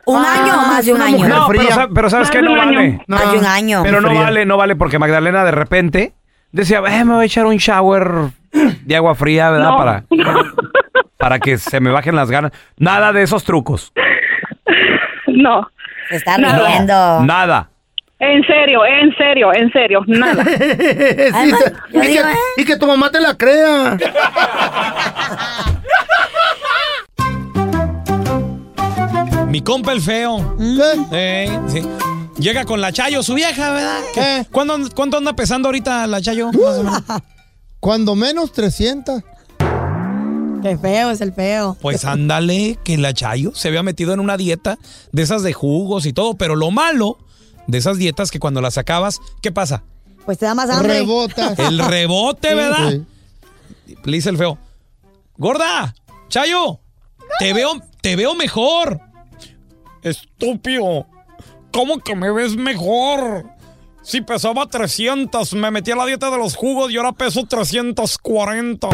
S4: ¿Un año o más de un
S10: una
S4: año?
S10: mujer
S3: No, pero,
S10: Fría.
S3: sa- pero
S18: Más
S20: Ah,
S3: ¿sabes qué?
S18: de
S3: No
S18: un año.
S3: vale.
S4: Más de un año.
S3: Pero no
S10: Fría.
S3: vale, no vale, porque Magdalena de repente decía, eh, me voy a echar un shower de agua fría, ¿verdad?
S18: No.
S3: Para, para que se me bajen las ganas. Nada de esos trucos.
S18: No.
S4: Se está
S18: No.
S4: riendo.
S3: Nada.
S18: En serio, en serio, en serio. Nada.
S10: [laughs] Sí,
S4: Además,
S10: te-
S4: yo
S10: y,
S4: digo,
S10: que,
S4: ¿eh?
S10: y que tu mamá te la crea.
S9: Mi compa el feo. Eh, sí. Llega con la Chayo, su vieja, ¿verdad? ¿Qué? ¿Cuánto, ¿Cuánto anda pesando ahorita la Chayo? más o menos?
S10: Cuando menos 300.
S19: Qué feo es el feo.
S9: Pues ándale, que la Chayo se había metido en una dieta de esas de jugos y todo, pero lo malo de esas dietas que cuando las acabas, ¿qué pasa?
S19: Pues te da más hambre.
S21: [laughs]
S4: [laughs]
S10: Rebota.
S9: El rebote, ¿verdad?
S10: Sí.
S9: Le dice el feo. Gorda, Chayo,
S21: Te veo, te veo mejor. Estúpido. ¿Cómo que me ves mejor? Si pesaba 300, me metí a la dieta de los jugos y ahora peso 340.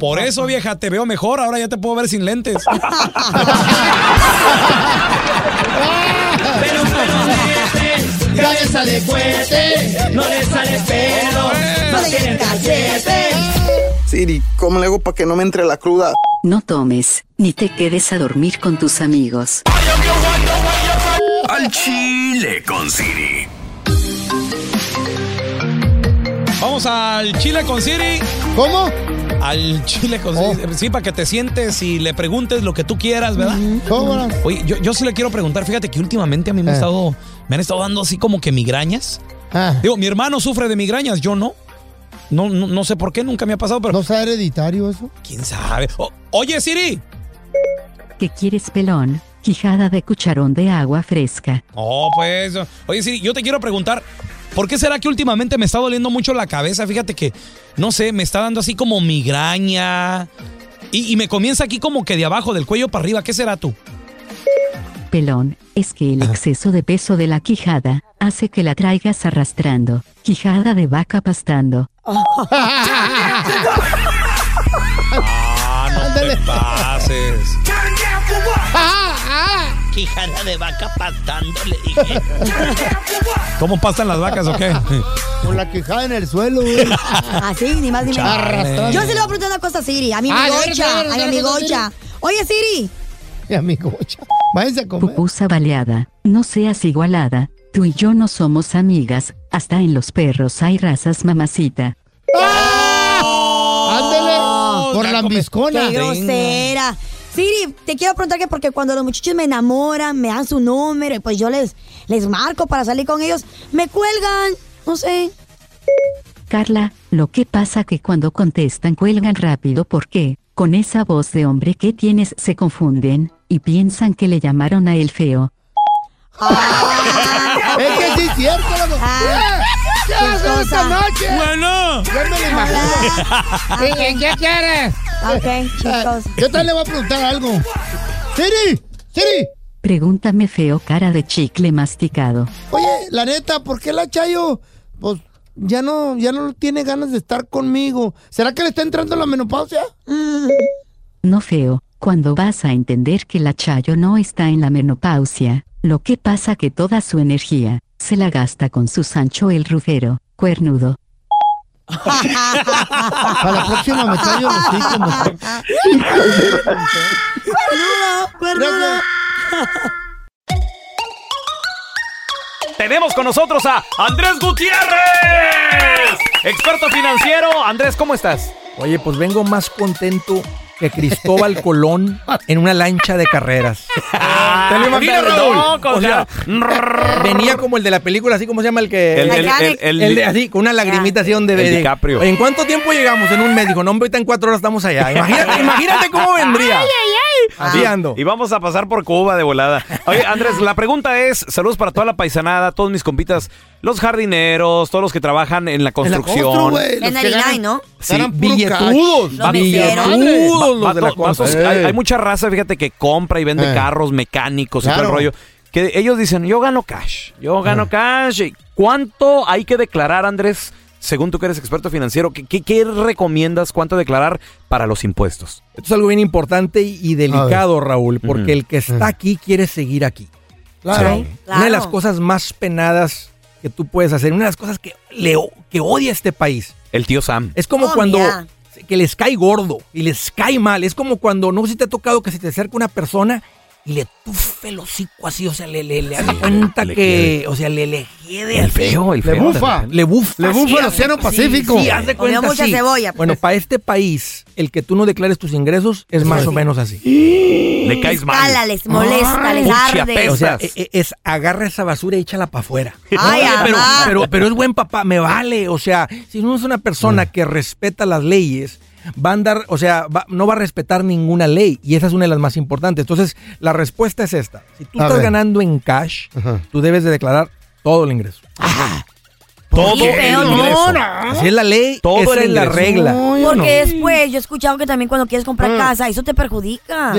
S21: Por eso, vieja, te veo mejor. Ahora ya te puedo ver sin [laughs] lentes.
S14: Ya le sale fuerte, no le sale pelo, no tiene cachete.
S22: Siri, ¿cómo le hago para que no me entre la cruda?
S23: No tomes, ni te quedes a dormir con tus amigos.
S16: Al chile con Siri.
S21: Vamos al Chile con Siri.
S10: ¿Cómo? Oh.
S21: Al Chile con Siri. Sí, para que te sientes y le preguntes lo que tú quieras, ¿verdad?
S10: ¿Cómo?
S21: Oye, yo, yo sí le quiero preguntar, fíjate que últimamente a mí me, ha
S10: Eh. Ah.
S21: estado, me han estado dando así como que migrañas. Digo, mi hermano sufre de migrañas, yo no. No, no, no sé por qué, nunca me ha pasado, pero...
S10: ¿No sea hereditario eso?
S21: ¿Quién sabe? O- Oye, Siri.
S23: ¿Qué quieres, pelón? Quijada de cucharón de agua fresca.
S21: Oh, pues. Oye, sí, yo te quiero preguntar, ¿por qué será que últimamente me está doliendo mucho la cabeza? Fíjate que, no sé, me está dando así como migraña. Y, y me comienza aquí como que de abajo, del cuello para arriba. ¿Qué será tú?
S23: Pelón, es que el exceso de peso de la quijada hace que la traigas arrastrando. Quijada de vaca pastando.
S21: Ah, no te pases.
S14: Quijada de vaca patándole. dije.
S21: ¿Cómo pastan las vacas o qué?
S10: Con la quejada en el
S4: [laughs]
S10: suelo, güey.
S4: Así, Ah, ni más ni menos.
S10: Chale. Arrastrando.
S4: Yo sí le voy a preguntar una cosa a Siri, a mi
S10: Ah, de
S4: amigocha,
S10: veras,
S4: a
S10: de veras,
S4: mi
S10: de veras,
S4: amigocha. Oye, Siri.
S10: Mi amigo, váyanse a comer.
S23: Pupusa baleada, no seas igualada. Tú y yo no somos amigas, hasta en los perros hay razas mamacita.
S10: Ándele. Por la ambiscona.
S4: Qué grosera. Siri, te quiero preguntar que porque cuando los muchachos me enamoran, me dan su número y pues yo les, les marco para salir con ellos, me cuelgan. No sé.
S23: Carla, lo que pasa que cuando contestan cuelgan rápido porque, con esa voz de hombre que tienes se confunden, y piensan que le llamaron a el feo.
S10: Es que sí es cierto, loco. Ah. ¿Qué? ¿Qué vas a hacer esta noche?
S21: Bueno.
S10: Ya me lo imagino. ¿Qué, qué quieres?
S4: Ok, chicos.
S10: Ah, Yo también le voy a preguntar algo. Siri, Siri.
S23: Pregúntame feo cara de chicle masticado.
S10: Oye, la neta, ¿por qué la Chayo? Pues ya no, ya no tiene ganas de estar conmigo. ¿Será que le está entrando la menopausia? Mm.
S23: No feo, cuando vas a entender que la Chayo no está en la menopausia, lo que pasa que toda su energía, se la gasta con su Sancho el Rufero, cuernudo.
S10: Para la próxima me Chayo los como.
S3: Tenemos con nosotros a Andrés Gutiérrez, experto financiero. Andrés, ¿cómo estás?
S24: Oye, pues vengo más contento que Cristóbal Colón en una lancha de carreras. Te lo imaginas,
S3: Ah, Dilo,
S24: Raúl.
S3: loco,
S24: O sea, venía como el de la película, así como se llama el que.
S3: El- el- el- el- Ah,
S24: de- así, con una lagrimita así donde.
S3: El
S24: de-
S3: DiCaprio.
S24: Oye, ¿En cuánto tiempo llegamos? En un mes. Dijo, no, hombre, ahorita en cuatro horas estamos allá. Imagínate, imagínate cómo vendría.
S3: Ay,
S24: Así
S3: Y-
S24: ando.
S3: Ah. Y vamos a pasar por Cuba de volada. Oye, Andrés, la pregunta es, saludos para toda la paisanada, todos mis compitas, los jardineros, todos los que trabajan en la
S4: constru,
S3: construcción.
S4: güey, los En que Arinay, ganan- ¿no?
S3: Sí,
S4: ganan puro
S3: billetudos,
S4: cash. Los meseros.
S3: billetudos,
S24: los de la
S3: vato- vatos,
S24: constru.
S3: hay, hay mucha raza, fíjate, que compra y vende
S24: Eh.
S3: carros mecánicos y todo
S24: Claro.
S3: el rollo. Que ellos dicen, yo gano cash, yo gano cash. ¿Y ¿Cuánto hay que declarar, Andrés? Según tú que eres experto financiero, ¿qué, qué, qué recomiendas cuánto declarar para los impuestos?
S24: Esto es algo bien importante y, y delicado, Raúl, porque el que está aquí quiere seguir aquí. Claro. Sí. Una de las cosas más penadas que tú puedes hacer, una de las cosas que, le, o- que odia este país.
S3: El tío Sam.
S24: Es como
S3: Oh,
S24: cuando
S3: mira.
S24: que les cae gordo y les cae mal. Es como cuando, no sé si te ha tocado que se te acerca una persona y le tufe el hocico así, o sea, le, le, le das cuenta
S3: le
S24: que,
S3: quiere.
S24: o sea, le, le hiede
S3: El
S24: así.
S3: feo, el Le feo. bufa.
S24: Le bufa.
S10: Le
S24: así,
S10: bufa el
S24: así,
S10: Océano
S24: sí,
S10: Pacífico.
S24: Sí, haz de
S10: Comió
S24: cuenta
S4: mucha
S24: así.
S4: cebolla, pues.
S24: Bueno, para este país, el que tú no declares tus ingresos es Es más así. o menos así.
S3: Le caes mal.
S4: Cala, les molesta, les arde.
S24: O sea, e- e- es, agarra esa basura y échala para afuera.
S4: Ay,
S24: Oye, pero,
S4: ajá.
S24: pero, pero es buen papá, me vale. O sea, si uno es una
S10: Mm.
S24: persona que respeta las leyes, va a andar, o sea, va- no va a respetar ninguna ley. Y esa es una de las más importantes. Entonces, la respuesta es esta. Si tú
S10: A
S24: estás
S10: ver.
S24: ganando en cash, tú debes de declarar todo el ingreso.
S14: Todo
S10: Oye, feo, no,
S14: ingreso.
S10: no.
S14: Así es la ley,
S10: Todo
S14: esa es
S10: el
S14: la
S10: ingreso.
S14: regla.
S10: Porque después yo he escuchado que también cuando quieres comprar casa, eso te perjudica.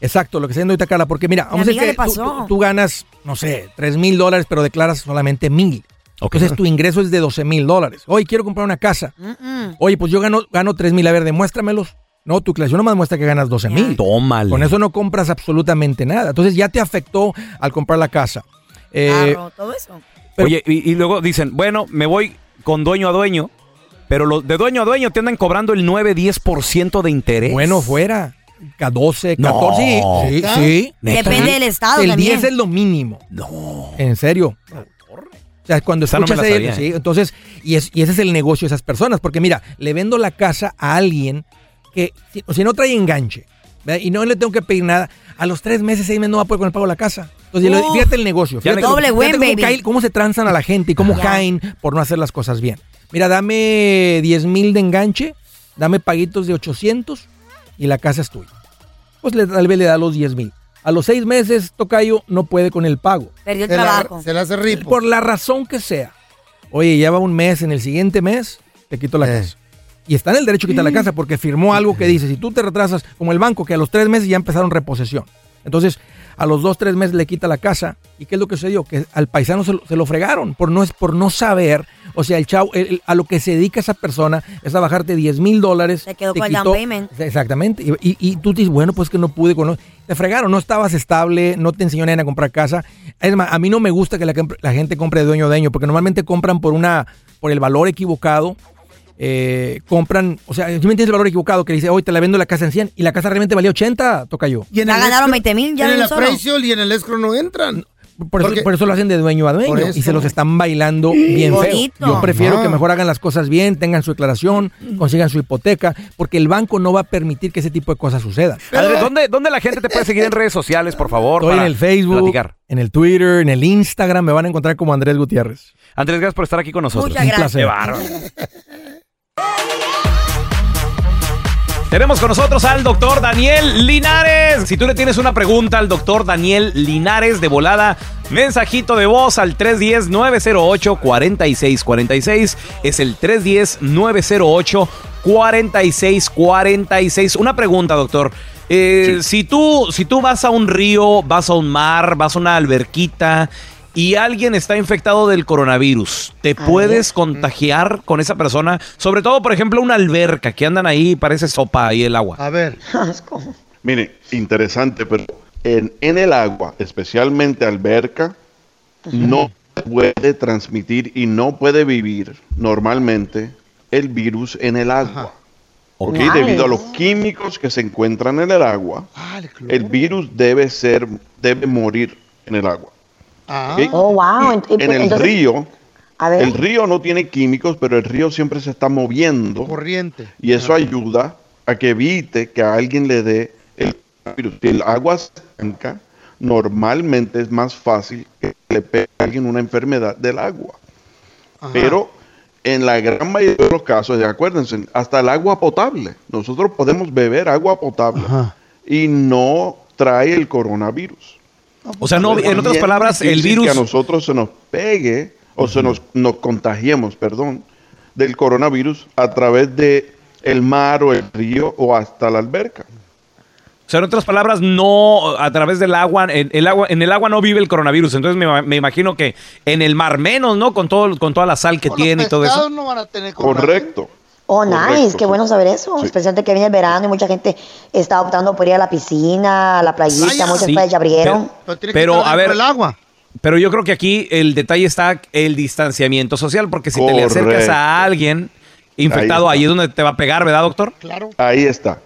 S24: Exacto, lo que está diciendo ahorita Carla, porque mira, vamos a
S10: amiga
S24: decir
S10: le
S24: que tú,
S10: pasó.
S24: tú- tú ganas, no sé, 3 mil dólares, pero declaras solamente mil. Entonces tu ingreso es de 12 mil dólares. Hoy quiero comprar una casa.
S10: Mm.
S3: Oh,
S24: Oye, pues yo gano, gano 3 mil, a ver, demuéstramelos. No, tu declaración nomás muestra que ganas 12 mil.
S14: Tómale.
S24: Con eso no compras absolutamente nada. Entonces ya te afectó al comprar la casa. Eh,
S10: todo eso.
S3: Oye, y, y luego dicen, bueno, me voy con dueño a dueño, pero los de dueño a dueño te andan cobrando el 9-10% de interés.
S24: Bueno, fuera. A 12, 14,
S3: No.
S24: sí,
S3: ¿Neta?
S24: sí.
S3: Depende
S24: Sí.
S3: del estado
S24: El
S3: también.
S24: 10 es lo mínimo. No. En serio. O sea, cuando
S14: Esa no me
S24: escuchas
S14: la
S24: el-
S14: sabía,
S24: sí, entonces, y, es- y ese es el negocio de esas personas, porque mira, le vendo la casa a alguien que, si, o si no trae enganche, ¿verdad? y no le tengo que pedir nada, a los tres meses, seis meses no va a poder con el pago de la casa. Entonces,
S10: Uf.
S24: lo- fíjate el negocio.
S10: Ya
S24: Fíjate,
S10: le- Doble win,
S24: fíjate cómo,
S10: baby.
S24: cae- cómo se transan a la gente y cómo
S10: Ya.
S24: caen por no hacer las cosas bien. Mira, dame 10 mil de enganche, dame paguitos de 800 y la casa es tuya. Pues le, tal vez le da los 10 mil. A los seis meses, Tocayo no puede con el pago.
S10: Perdió el
S24: Se la-
S10: trabajo.
S24: se la hace ripo. Por la razón que sea. Oye, ya va un mes, en el siguiente mes te quito la casa. Y está en el derecho a quitar la casa porque firmó algo que dice, si tú te retrasas, como el banco, que a los tres meses ya empezaron reposesión. Entonces, a los dos, tres meses le quita la casa. ¿Y qué es lo que sucedió? Que al paisano se lo, se lo fregaron por no, es- por no saber. O sea, el chavo, el- el- a lo que se dedica esa persona es a bajarte 10 mil dólares.
S10: Se quedó
S24: te
S10: con el down
S24: quitó-
S10: payment.
S24: Exactamente. Y, y- y tú dices, bueno, pues que no pude con... Te fregaron, no estabas estable, no te enseñó nadie a comprar casa. Es más, a mí no me gusta que la, compre- la gente compre de dueño a dueño, porque normalmente compran por una por el valor equivocado. eh, compran, o sea, ¿tú me entiendes el valor equivocado? Que dice, hoy te la vendo la casa en 100 y la casa realmente valía 80, toca yo.
S10: Ya ganaron 20 mil, ya
S25: en el
S10: de un solo.
S25: appraisal y en el escrow no entran.
S24: Por eso,
S25: Porque-
S24: por eso lo hacen de dueño a dueño
S25: Por
S24: y se
S25: eso. Ah.
S24: los están bailando bien feo.
S25: Bonito.
S24: Yo prefiero
S25: Ajá.
S24: que mejor hagan las cosas bien, tengan su declaración, consigan su hipoteca, porque el banco no va a permitir que ese tipo de cosas sucedan.
S3: Adrián, ¿dónde, ¿dónde la gente te puede seguir en redes sociales, por favor?
S24: Estoy en
S3: para
S24: el Facebook,
S3: platicar?
S24: en el Twitter, en el Instagram, me van a encontrar como Andrés Gutiérrez.
S3: Andrés, gracias por estar aquí con nosotros.
S24: Muchas Un gracias. placer.
S3: Qué bárbaro. Tenemos con nosotros al doctor Daniel Linares. Si tú le tienes una pregunta al doctor Daniel Linares de volada, mensajito de voz al 310-908-4646. Es el 310-908-4646. Una pregunta, doctor. Eh, si, tú, si tú vas a un río, vas a un mar, vas a una alberquita y alguien está infectado del coronavirus, ¿te puedes contagiar con esa persona? Sobre todo, por ejemplo, una alberca que andan ahí, parece sopa ahí el agua.
S2: A ver. Mire, interesante, pero en, en el agua, especialmente alberca, no puede transmitir y no puede vivir normalmente el virus en el agua. ¿ok?
S17: Nice.
S2: Debido a los químicos que se encuentran en el agua, el virus debe ser, debe morir en el agua.
S10: Ah,
S2: ¿ok?
S4: Oh, wow. Ent-
S2: En el
S4: entonces-
S2: río,
S4: A ver.
S2: el río no tiene químicos, pero el río siempre se está moviendo.
S25: Corriente.
S2: Y eso ayuda a que evite que a alguien le dé el virus. Si el agua se estanca, normalmente es más fácil que le pegue a alguien una enfermedad del agua. Pero en la gran mayoría de los casos, ya acuérdense, hasta el agua potable. Nosotros podemos beber agua potable y no trae el coronavirus.
S3: O sea, no,
S2: Es
S3: en otras
S2: bien
S3: palabras, el
S2: difícil
S3: virus...
S2: Ah, Que a nosotros se nos pegue o se nos, nos contagiemos, perdón, del coronavirus a través de el mar o el río o hasta la alberca.
S3: O sea, en otras palabras, no a través del agua, en el agua, en el agua no vive el coronavirus. Entonces me, me imagino que en el mar menos, ¿no? Con todo, con toda la sal que tiene y todo eso.
S25: no van a tener
S2: Correcto.
S4: Oh, nice,
S3: Correcto,
S4: qué bueno saber eso. Especialmente que viene el verano y mucha gente está optando por ir a la piscina, a la playita, muchas
S3: Sí,
S4: playas ya abrieron.
S3: Pero, pero, a ver,
S25: agua.
S3: pero yo creo que aquí el detalle está el distanciamiento social, porque si te le acercas
S2: Correcto.
S3: a alguien infectado,
S2: Ahí
S3: ahí, es donde te va a pegar, ¿verdad, doctor?
S25: Claro.
S2: Ahí está.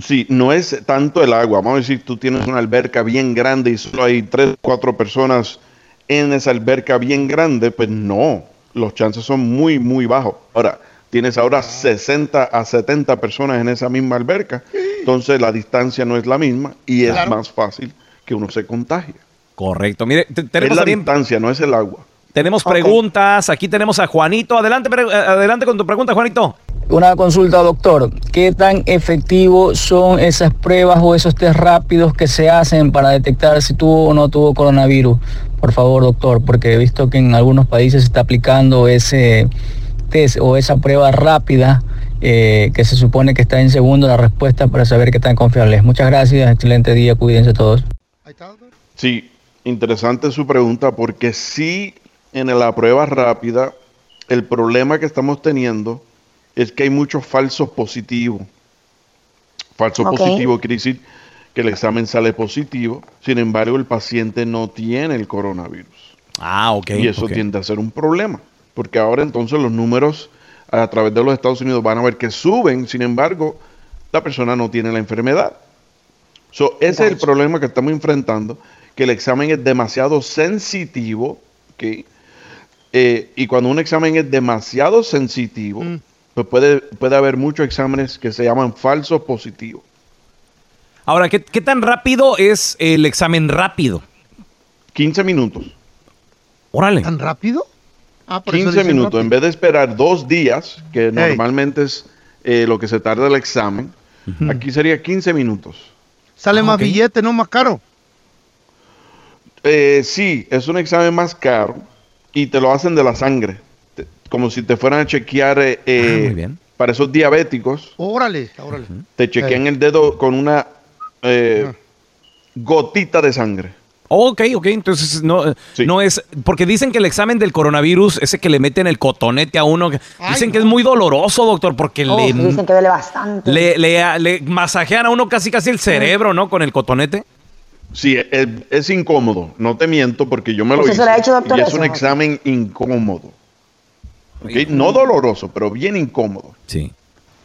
S2: Sí, no es tanto el agua. Vamos a decir, tú tienes una alberca bien grande y solo hay tres, cuatro personas en esa alberca bien grande, pues no, los chances son muy, muy bajos. Ahora, tienes ahora 60 a 70 personas en esa misma alberca, entonces la distancia no es la misma y es
S3: Claro.
S2: más fácil que uno se contagie.
S3: Correcto. Mire, te-
S2: Es
S3: tenemos
S2: la
S3: también
S2: distancia, no es el agua.
S3: eh, tenemos preguntas. Aquí tenemos a Juanito. Adelante, pre- adelante con tu pregunta, Juanito.
S26: Una consulta, doctor. ¿Qué tan efectivos son esas pruebas o esos test rápidos que se hacen para detectar si tuvo o no tuvo coronavirus? Por favor, doctor, porque he visto que en algunos países se está aplicando ese test o esa prueba rápida eh, que se supone que está en segundo la respuesta para saber qué tan confiable es. Muchas gracias, excelente día, cuídense todos.
S2: Sí, interesante su pregunta porque sí en la prueba rápida el problema que estamos teniendo es que hay muchos falsos positivos. Falso
S27: Ok.
S2: positivo quiere decir que el examen sale positivo, sin embargo el paciente no tiene el coronavirus.
S3: Ah, ok.
S2: Y eso
S3: ok.
S2: tiende a ser un problema, porque ahora entonces los números a través de los Estados Unidos van a ver que suben, sin embargo, la persona no tiene la enfermedad. So, ese es el problema que estamos enfrentando, que el examen es demasiado sensitivo, ¿ok? Eh, y cuando un examen es demasiado sensitivo, pues puede, puede haber muchos exámenes que se llaman falsos positivos.
S3: Ahora, ¿qué, qué tan rápido es el examen rápido?
S2: 15 minutos.
S3: Órale.
S2: ¿Tan
S10: rápido? Ah, por eso
S2: 15
S10: dicen
S2: minutos,
S10: rápido.
S2: en vez de esperar dos días, que normalmente es eh, lo que se tarda el examen, aquí sería 15 minutos.
S10: Sale más
S2: ok.
S10: billete, ¿no? Más caro.
S2: Eh, sí, es un examen más caro y te lo hacen de la sangre, Te- como si te fueran a chequear eh, eh, para esos diabéticos.
S10: Órale, órale.
S2: Te chequean el dedo con una eh, gotita de sangre.
S3: Ok, ok, entonces no, eh, no es, porque dicen que el examen del coronavirus, ese que le meten el cotonete a uno, que- dicen que es muy doloroso, doctor, porque
S4: Oh,
S3: le,
S4: dicen que duele bastante.
S3: le, le, a- le masajean a uno casi casi el cerebro, ¿no? Con el cotonete.
S2: Sí, e- e- es, incómodo, no te miento porque yo me lo
S4: ¿Usted se
S2: hice.
S4: lo ha hecho, doctor,
S2: y es un
S4: Pues eso?
S2: examen incómodo. ¿Ok? No doloroso, pero bien incómodo.
S3: Sí.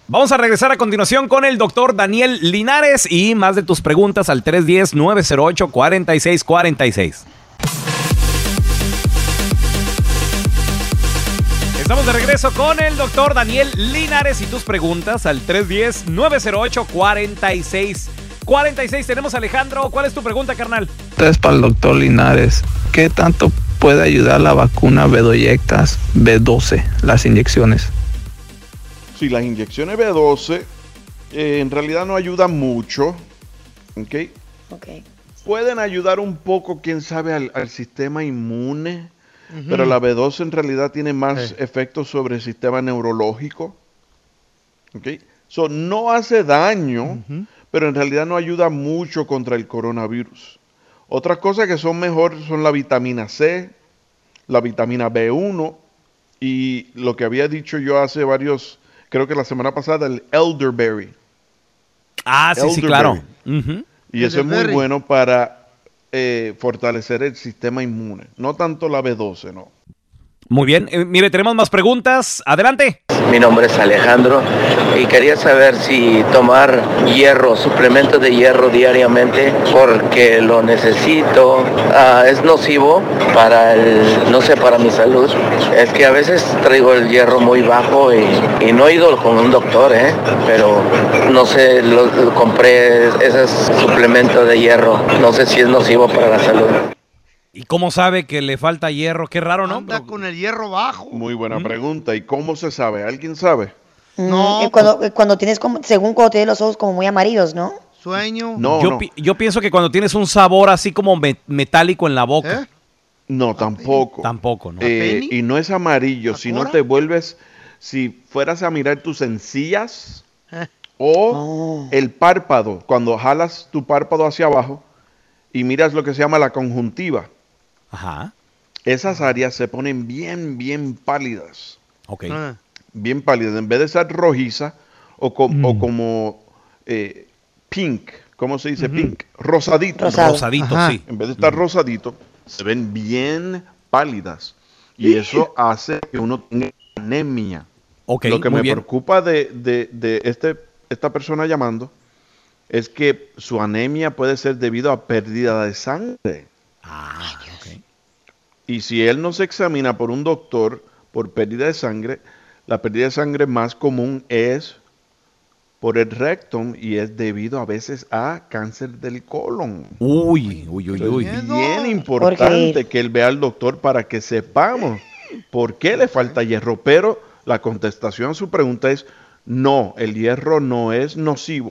S3: Vamos a regresar a continuación con el doctor Daniel Linares y más de tus preguntas al 310-908-4646. Estamos de regreso con el doctor Daniel Linares y tus preguntas al 310-908-4646. 46 tenemos a Alejandro. ¿Cuál es tu pregunta, carnal?
S28: Tres para el doctor Linares. ¿Qué tanto puede ayudar la vacuna Bedoyectas B12, las inyecciones?
S2: Sí, las inyecciones B12 eh, en realidad no ayudan mucho. ¿ok? Pueden ayudar un poco, quién sabe, al, al sistema inmune. Pero la B12 en realidad tiene más efectos sobre el sistema neurológico. ¿ok? So, no hace daño, pero en realidad no ayuda mucho contra el coronavirus. Otras cosas que son mejor son la vitamina C, la vitamina B1 y lo que había dicho yo hace varios, creo que la semana pasada, el elderberry.
S3: Ah, sí, sí,
S2: Elderberry.
S3: claro. Ujú.
S2: Y eso es muy
S3: Elderberry.
S2: bueno para eh, fortalecer el sistema inmune. No tanto la B12, no.
S3: Muy bien. Eh, mire, tenemos más preguntas. Adelante.
S27: Mi nombre es Alejandro y quería saber si tomar hierro, suplementos de hierro diariamente porque lo necesito. Ah, es nocivo para el, no sé, para mi salud. Es que a veces traigo el hierro muy bajo y, y no he ido con un doctor, ¿eh? pero no sé, lo- lo compré esos suplementos de hierro. No sé si es nocivo para la salud.
S3: ¿Y cómo sabe que le falta hierro? Qué raro, ¿no? Pero-
S10: Con el hierro bajo.
S2: Muy buena pregunta. ¿Y cómo se sabe? ¿Alguien sabe?
S10: No,
S4: Eh, cuando, eh, cuando tienes como, según cuando tienes los ojos como muy amarillos, ¿no?
S10: Sueño.
S3: yo, pi- yo pienso que cuando tienes un sabor así como me- metálico en la boca.
S16: ¿Eh? Ah,
S2: No, tampoco.
S3: Tampoco, ¿no?
S2: Eh, y no es amarillo, si no te vuelves, si fueras a mirar tus encías
S3: Eh. Oh.
S2: o el párpado, cuando jalas tu párpado hacia abajo y miras lo que se llama la conjuntiva.
S3: Ajá.
S2: Esas áreas se ponen bien, bien pálidas.
S3: Ok.
S2: Ah. Bien pálidas. En vez de ser rojiza o, co-
S3: Mm.
S2: o como eh, pink, ¿cómo se dice pink? Rosadito.
S3: Rosado. Rosadito, Ajá. sí. Mm.
S2: En vez de estar rosadito, se ven bien pálidas. Y eso hace que uno tenga anemia.
S3: Ok,
S2: Lo que
S3: muy
S2: me
S3: bien.
S2: preocupa de, de- de este, esta persona llamando es que su anemia puede ser debido a pérdida de sangre.
S3: Ah,
S2: Y si él no se examina por un doctor por pérdida de sangre, la pérdida de sangre más común es por el rectum y es debido a veces a cáncer del colon.
S3: Uy, uy, uy, uy.
S2: Es bien importante que él vea al doctor para que sepamos por qué le falta hierro, pero la contestación a su pregunta es No, el hierro no es nocivo.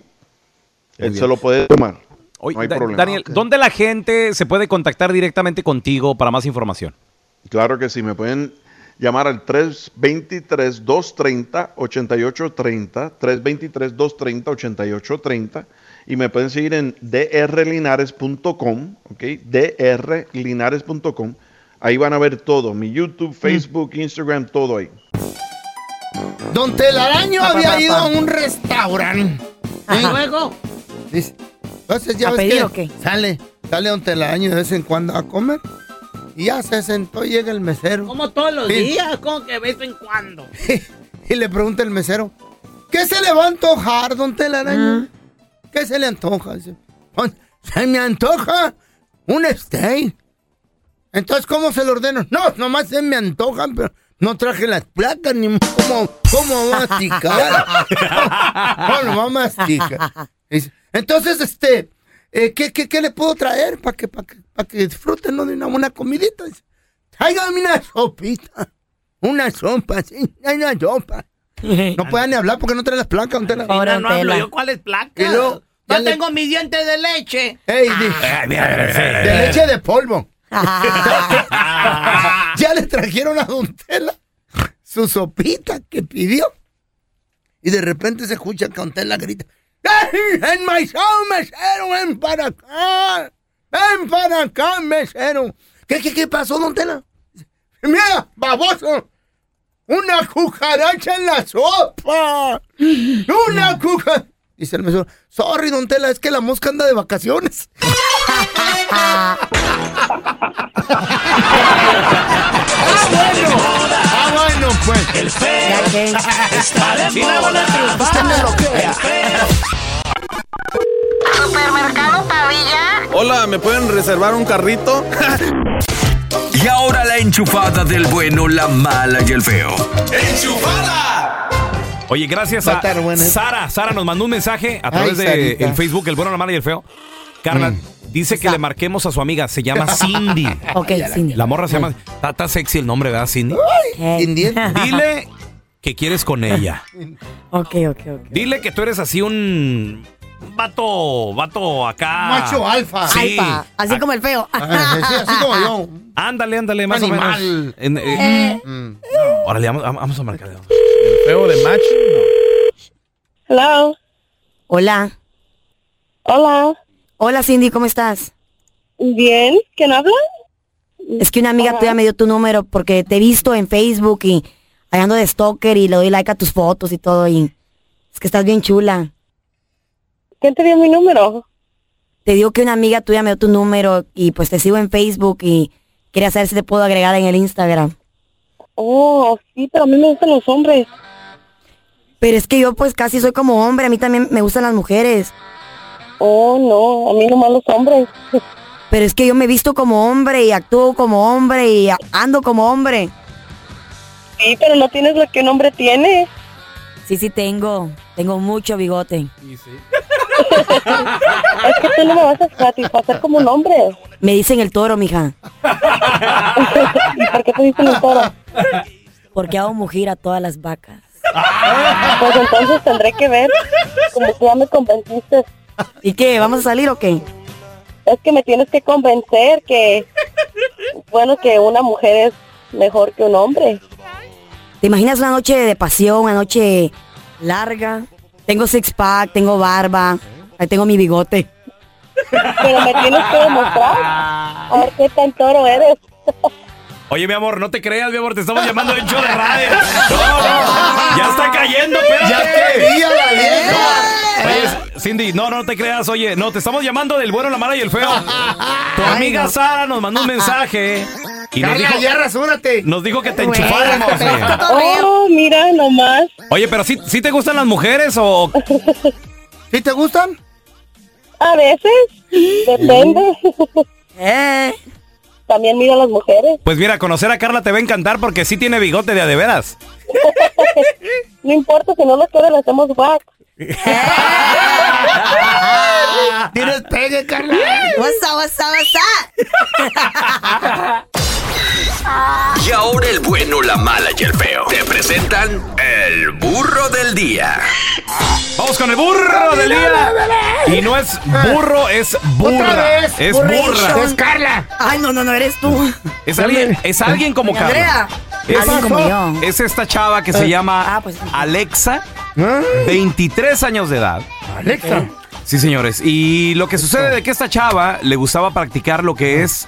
S29: Muy
S2: Él
S29: bien.
S2: se lo puede tomar.
S29: Oye,
S2: no hay
S29: Da-
S2: problema.
S29: Daniel, ¿dónde la gente se puede contactar directamente contigo para más información?
S2: Claro que sí, me pueden llamar al 323-230-8830, 323-230-8830, y me pueden seguir en drlinares.com, ¿ok? drlinares.com. Ahí van a ver todo, mi YouTube, Facebook, Instagram, todo ahí.
S10: Don Telaraño había ido a un restaurante. Y
S30: Ajá.
S10: luego. dice, Entonces ya
S30: ¿A
S10: ves
S30: pedir
S10: que
S30: o qué?
S10: sale, sale Don Telaraño de vez en cuando a comer. Y ya se sentó y llega el mesero.
S14: Como todos los
S10: Sí.
S14: días, como que de vez en cuando.
S10: [laughs] y le pregunta el mesero, ¿qué se le va a antojar, don Telaraño? ¿Qué se le antoja? Dice, "Pues, se me antoja un steak. Entonces, ¿cómo se lo ordeno? No, nomás se me antojan, pero no traje las placas, ni cómo, cómo va a
S30: [laughs]
S3: [laughs]
S10: masticar. [laughs] no, no va a masticar. Dice, Entonces, este, eh, ¿qué, qué, qué le puedo traer para que, para que, para que disfruten ¿no? de una buena comidita? Dice, Tráigame una sopita. Una sopa, sí, hay una sopa.
S14: [laughs]
S10: No puedan ni hablar porque no trae las placas. don Tela.
S14: Ahora no hablo yo cuáles placas.
S10: Y luego, ya
S14: no
S10: le-
S14: tengo mis dientes de leche.
S10: Ey, di- de leche de polvo. ya le trajeron a Don Tela su sopita que pidió. Y de repente se escucha que Don Tela grita: "¡Ey, ¡En my show, mesero! ¡Ven para acá! ¡Ven para acá, mesero! ¿Qué, qué, qué pasó, Don Tela? ¡Mira, baboso! ¡Una cucaracha en la sopa! ¡Una cucaracha! Dice el mesero, sorry, don Tela, es que la mosca anda de vacaciones. [laughs] Ah, bueno, pues. El feo está de moda. Usted me lo crea.
S14: Supermercado Pavilla.
S11: Hola, ¿me pueden reservar un [laughs] carrito?
S16: Y ahora la enchufada del bueno, la mala y el feo.
S3: Oye, gracias
S16: Va a
S3: a
S16: estar bueno. ¿eh?
S3: Sara. Sara nos mandó un mensaje a
S16: Ay,
S3: través del
S16: Sarita. Mm.
S3: Facebook, el bueno, la mala y el feo. Carla, dice que le marquemos a su amiga,
S16: [laughs]
S3: se llama Cindy.
S4: Ok, Cindy.
S3: La morra se llama. Está, está sexy el nombre, ¿verdad, Cindy?
S4: [laughs]
S3: Dile que quieres con ella.
S4: Ok, ok, ok.
S3: Dile que tú eres así un vato, vato acá.
S4: Macho alfa.
S3: Ah, Sí. Ah.
S4: Alfa. Así como el feo.
S3: [laughs] así como yo. Ándale, ándale, más o menos. En- eh,
S4: Eh.
S3: mm. Órale, vamos, vamos a marcarle.
S31: Feo de macho.
S4: Hello. Hola. Hola. Hola, Cindy, ¿cómo estás? Bien. ¿Quién habla? Es que una amiga tuya me dio tu número porque te he visto en Facebook y ahí ando de stalker y le doy like a tus fotos y todo y es que estás bien chula. ¿Quién te dio mi número? Te digo que una amiga tuya me dio tu número y pues te sigo en Facebook y quería saber si te puedo agregar en el Instagram. Oh, sí, pero a mí me gustan los hombres. Pero es que yo pues casi soy como hombre, a mí también me gustan las mujeres. Oh, no, a mí nomás los hombres. [laughs] Pero es que yo me visto como hombre y actúo como hombre y a- ando como hombre. Sí, pero no tienes lo que un hombre tiene. Sí, sí tengo, tengo mucho bigote. es que tú no me vas a satisfacer como un hombre. Me dicen el toro, mija. [laughs] ¿Y por qué te dicen el toro? Porque hago mugir a todas las vacas.
S20: Pues entonces tendré que ver. Como que ya me convenciste.
S4: ¿Y qué? ¿Vamos a salir o qué?
S20: Es que me tienes que convencer
S4: [laughs]
S20: que, bueno, que una mujer es mejor que un hombre.
S4: ¿Te imaginas una noche de pasión, una noche larga? Tengo six pack, tengo barba, ahí tengo mi bigote.
S20: Pero me tienes que demostrar. A ver qué tan toro eres.
S3: Oye, mi amor, no te creas, mi amor, te estamos llamando en show de radio. No, no, ya está cayendo, espérate.
S14: Ya quería la vieja.
S3: No, Oye, Cindy, no, no te creas, oye, no, te estamos llamando del bueno, la mala y el feo. Tu amiga Sara nos mandó un mensaje y nos
S10: Carla,
S3: dijo,
S10: ya rasúrate.
S3: nos dijo que te
S10: Güey,
S3: enchufáramos.
S10: te
S3: oye.
S14: [laughs]
S20: Oh, mira nomás.
S3: Oye, pero ¿sí, sí te gustan las mujeres o...?
S10: ¿Sí te gustan?
S20: A veces. Depende.
S14: Eh.
S20: También miro a las mujeres.
S3: Pues mira, conocer a Carla te va a encantar porque sí tiene bigote de a de veras.
S20: No importa si no las quiero, las hacemos back.
S10: Tienes pegue, Carla.
S4: What's up, what's up, what's up?
S16: Y ahora el bueno, la mala y el feo. Te presentan el burro del día.
S3: Vamos con el burro del día. Y no es burro, es burra. Es burra.
S4: Es Carla. Ay, no, no, no, eres tú.
S3: Es alguien, es alguien como
S4: Doña Andrea.
S3: Carla. Es,
S4: Alguien como yo.
S3: es esta chava que se
S4: Eh.
S3: llama Alexa,
S6: ¿Eh?
S3: 23 años de edad.
S4: Alexa.
S3: Sí, señores. Y lo que sucede de que esta chava le gustaba practicar lo que es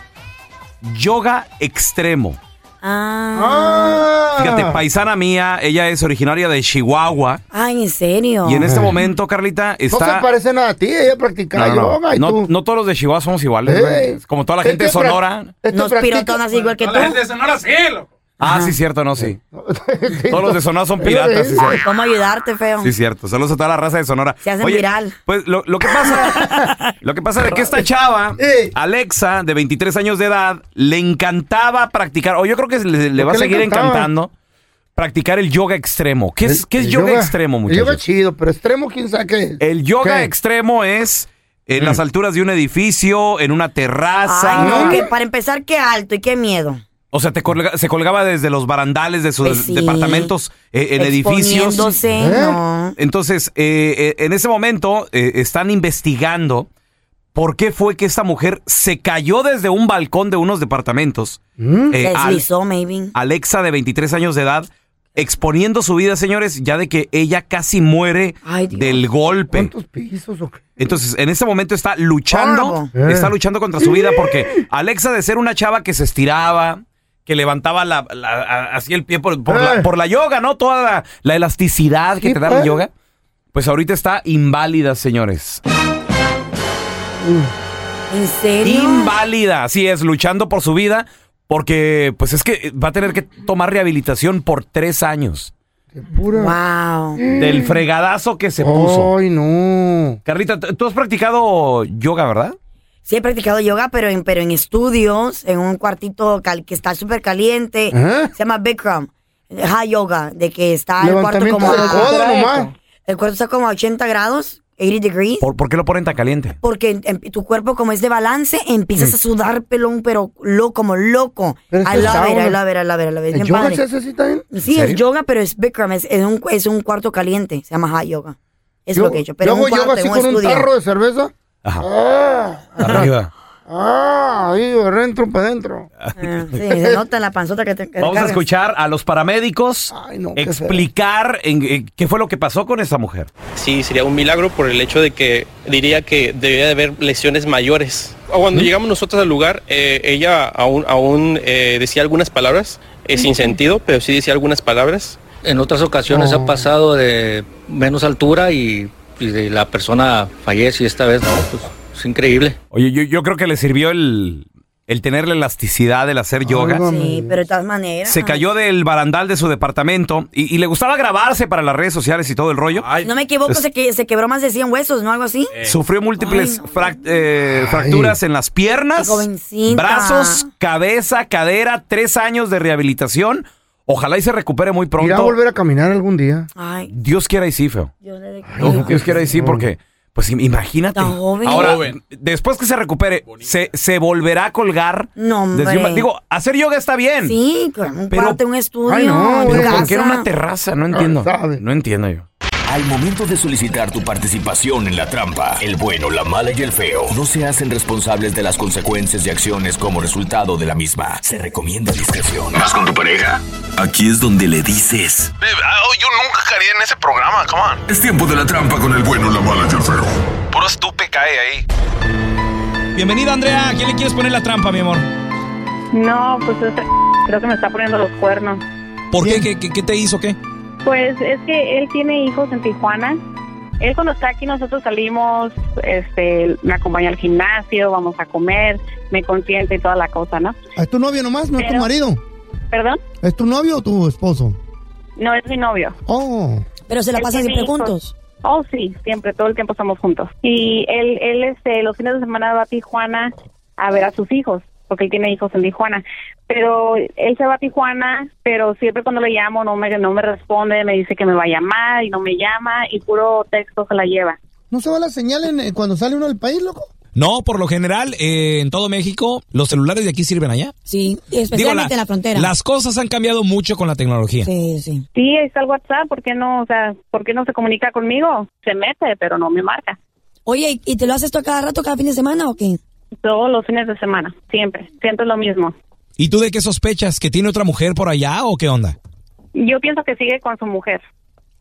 S3: yoga extremo.
S4: Ah.
S3: Fíjate, paisana mía, ella es originaria de Chihuahua.
S4: Ay, en serio.
S3: Y en este momento, Carlita,
S6: No se
S3: está...
S6: parece nada a ti, ella practicaba
S3: No, no, no.
S6: yoga y
S3: No-
S6: tú.
S3: no todos los de Chihuahua somos iguales, güey.
S6: Ey.
S3: Como toda la gente de
S6: Este pra-
S3: Sonora.
S6: este
S4: Nos
S6: practica-
S4: pirotonas igual que tú.
S3: Ah, sí, cierto,
S6: [laughs]
S3: no, sí. Todos los de Sonora son
S4: Es lo
S3: piratas,
S4: de-
S3: sí, cierto.
S4: ¿Cómo ayudarte, feo?
S3: Sí, cierto. Saludos a toda la raza de Sonora.
S4: Ah. Se hacen viral.
S3: Pues lo, lo
S4: [laughs]
S3: que pasa, lo que pasa es que esta chava, Alexa, de 23 años de edad, le encantaba practicar, o yo creo que le, le
S6: ¿Por
S3: va a
S6: qué le
S3: seguir
S6: encantaba?
S3: encantando, practicar el yoga extremo. ¿Qué es,
S6: El-
S3: qué es
S6: el
S3: yoga, extremo,
S6: El yoga
S3: muchachos?
S6: es chido, pero extremo, quién sabe qué es.
S3: El yoga
S6: ¿Qué?
S3: extremo es en
S6: Mm.
S3: las alturas de un edificio, en una terraza.
S4: Ay, no, que para empezar, qué alto y qué miedo.
S3: O sea, te colga- se colgaba desde los barandales de sus
S4: Pues sí.
S3: departamentos eh, en edificios.
S4: Exponiéndose, no.
S3: Entonces, eh, eh, en ese momento eh, están investigando por qué fue que esta mujer se cayó desde un balcón de unos departamentos. Eh, al-
S4: Mm. Deslizó, maybe.
S3: Alexa, de 23 años de edad, exponiendo su vida, señores, ya de que ella casi muere del golpe.
S6: Pisos Eh. o qué.
S3: Entonces, en este momento está luchando,
S6: Horrible.
S3: está luchando contra su vida porque Alexa de ser una chava que se estiraba, que levantaba la, la- a- así el pie por, por la, por la yoga, ¿no? Toda la, la elasticidad que te da la yoga, pues ahorita está inválida, señores.
S4: ¿En serio?
S3: Inválida, así es, luchando por su vida porque pues es que va a tener que tomar rehabilitación por tres años
S4: Wow.
S3: del fregadazo que se puso.
S6: Ay, no.
S3: Carlita, t- tú has practicado yoga, ¿verdad?
S4: Sí, he practicado yoga, pero en, pero en estudios, en un cuartito cal- que está súper caliente.
S14: Ajá.
S4: Se llama Bikram. High yoga, de que está el cuarto
S14: Levantamiento
S4: como
S14: del codo
S4: a,
S14: nomás.
S4: El cuarto está como a 80 grados, 80 degrees.
S3: ¿Por, por qué lo ponen tan caliente?
S4: Porque en- en- tu cuerpo, como es de balance, empiezas
S3: Mm.
S4: a sudar pelón, pero lo, como loco.
S6: Pero
S4: A
S6: eso es
S4: la ver,
S6: sauna.
S4: a la ver, a la ver, a la ver.
S6: ¿El
S4: Bien
S6: yoga
S4: padre.
S6: se hace así también?
S4: Sí,
S6: ¿En
S4: es
S6: serio?
S4: yoga, pero es Bikram, es, es un, es un cuarto caliente, se llama high yoga. Es
S6: Yo-
S4: lo que he hecho. Pero
S6: yo
S4: en un
S6: hago yoga
S4: cuarto,
S6: así
S4: en un
S6: con un
S4: estudio.
S6: tarro de cerveza.
S3: Ajá.
S6: Ah,
S3: Arriba.
S6: ah, ahí, adentro, para adentro.
S4: Ah, Sí, se nota en la panzota que te que
S3: Vamos a
S4: cargas.
S3: escuchar a los paramédicos explicar en, en qué fue lo que pasó con esta mujer.
S1: Sí, sería un milagro por el hecho de que diría que debería de haber lesiones mayores. Cuando llegamos nosotros al lugar, eh, ella aún, aún eh, decía algunas palabras, eh, sin sentido, pero sí decía algunas palabras.
S11: En otras ocasiones
S26: Oh.
S11: ha pasado de menos altura y, y de la persona fallece y esta vez no, pues es increíble.
S3: Oye, yo, yo creo que le sirvió el, el tener la elasticidad, el hacer yoga.
S4: Sí, pero de todas maneras.
S3: Se cayó del barandal de su departamento y, y le gustaba grabarse para las redes sociales y todo el rollo.
S4: Si ah, no me equivoco,
S3: Es- Eh.
S4: se, que, se quebró más de 100 huesos, ¿no? Algo así.
S3: Sufrió múltiples frac- eh, fracturas en las piernas,
S4: Jovencita.
S3: brazos, cabeza, cadera, tres años de rehabilitación. Ojalá y se recupere muy
S6: Irá a
S3: pronto.
S6: volver a caminar algún día.
S4: Ay,
S3: Dios quiera y sí, feo.
S4: Ay,
S3: No, Dios quiera y sí, porque, pues im- imagínate.
S4: Está joven.
S3: Ahora,
S4: Joven.
S3: después que se recupere, se, se volverá a colgar.
S4: no, hombre.
S3: desde un ba- digo, hacer yoga está bien.
S4: Sí, con un
S3: Pero-
S4: cuarto, un estudio. en
S3: pero
S4: casa.
S3: ¿por qué era una terraza? No entiendo. No entiendo yo.
S17: Al momento de solicitar tu participación en la trampa, el bueno, la mala y el feo no se hacen responsables de las consecuencias y acciones como resultado de la misma. Se recomienda discreción.
S32: ¿Vas con tu pareja?
S17: Aquí es donde le dices.
S32: Eh, ah, oh, yo nunca caería en ese programa, come on.
S17: Es tiempo de la trampa con el bueno, la mala y el feo.
S32: Puro estupe cae ahí.
S21: Bienvenida, Andrea. ¿A quién le quieres poner la trampa, mi amor?
S20: No, pues este- creo que me está poniendo los cuernos.
S21: ¿Por qué? qué? qué- qué te hizo? ¿Qué?
S20: Pues es que él tiene hijos en Tijuana. Él cuando está aquí nosotros salimos, este, me acompaña al gimnasio, vamos a comer, me consiente y toda la cosa, ¿no?
S10: ¿Es tu novio nomás, no es tu
S20: Pero-
S10: marido?
S20: ¿Perdón?
S10: ¿Es tu novio o tu esposo?
S20: No es mi novio.
S10: Oh.
S20: Pero
S10: se la pasan siempre juntos.
S20: Oh, sí, siempre, todo el tiempo estamos juntos. Y él, él este, los fines de semana va a Tijuana a ver a sus hijos, porque él tiene hijos en Tijuana. Pero él se va a Tijuana, pero siempre cuando le llamo no me, no me responde, me dice que me va a llamar y no me llama y puro texto se la lleva.
S10: ¿No se va la señal en- eh, cuando sale uno del país, loco?
S3: No, por lo general, eh, en todo México, los celulares de aquí sirven allá.
S4: Sí, y especialmente
S3: Digo, la-
S4: en la frontera.
S3: Las cosas han cambiado mucho con la tecnología.
S4: Sí, sí.
S20: Sí, ahí está el WhatsApp, ¿por qué no, o sea, por qué no se comunica conmigo? Se mete, pero no me marca.
S4: Oye, ¿y te lo haces tú a cada rato, cada fin de semana o qué?
S20: Todos los fines de semana, siempre, siempre es lo mismo.
S3: ¿Y tú de qué sospechas? ¿Que tiene otra mujer por allá o qué onda?
S20: Yo pienso que sigue con su mujer.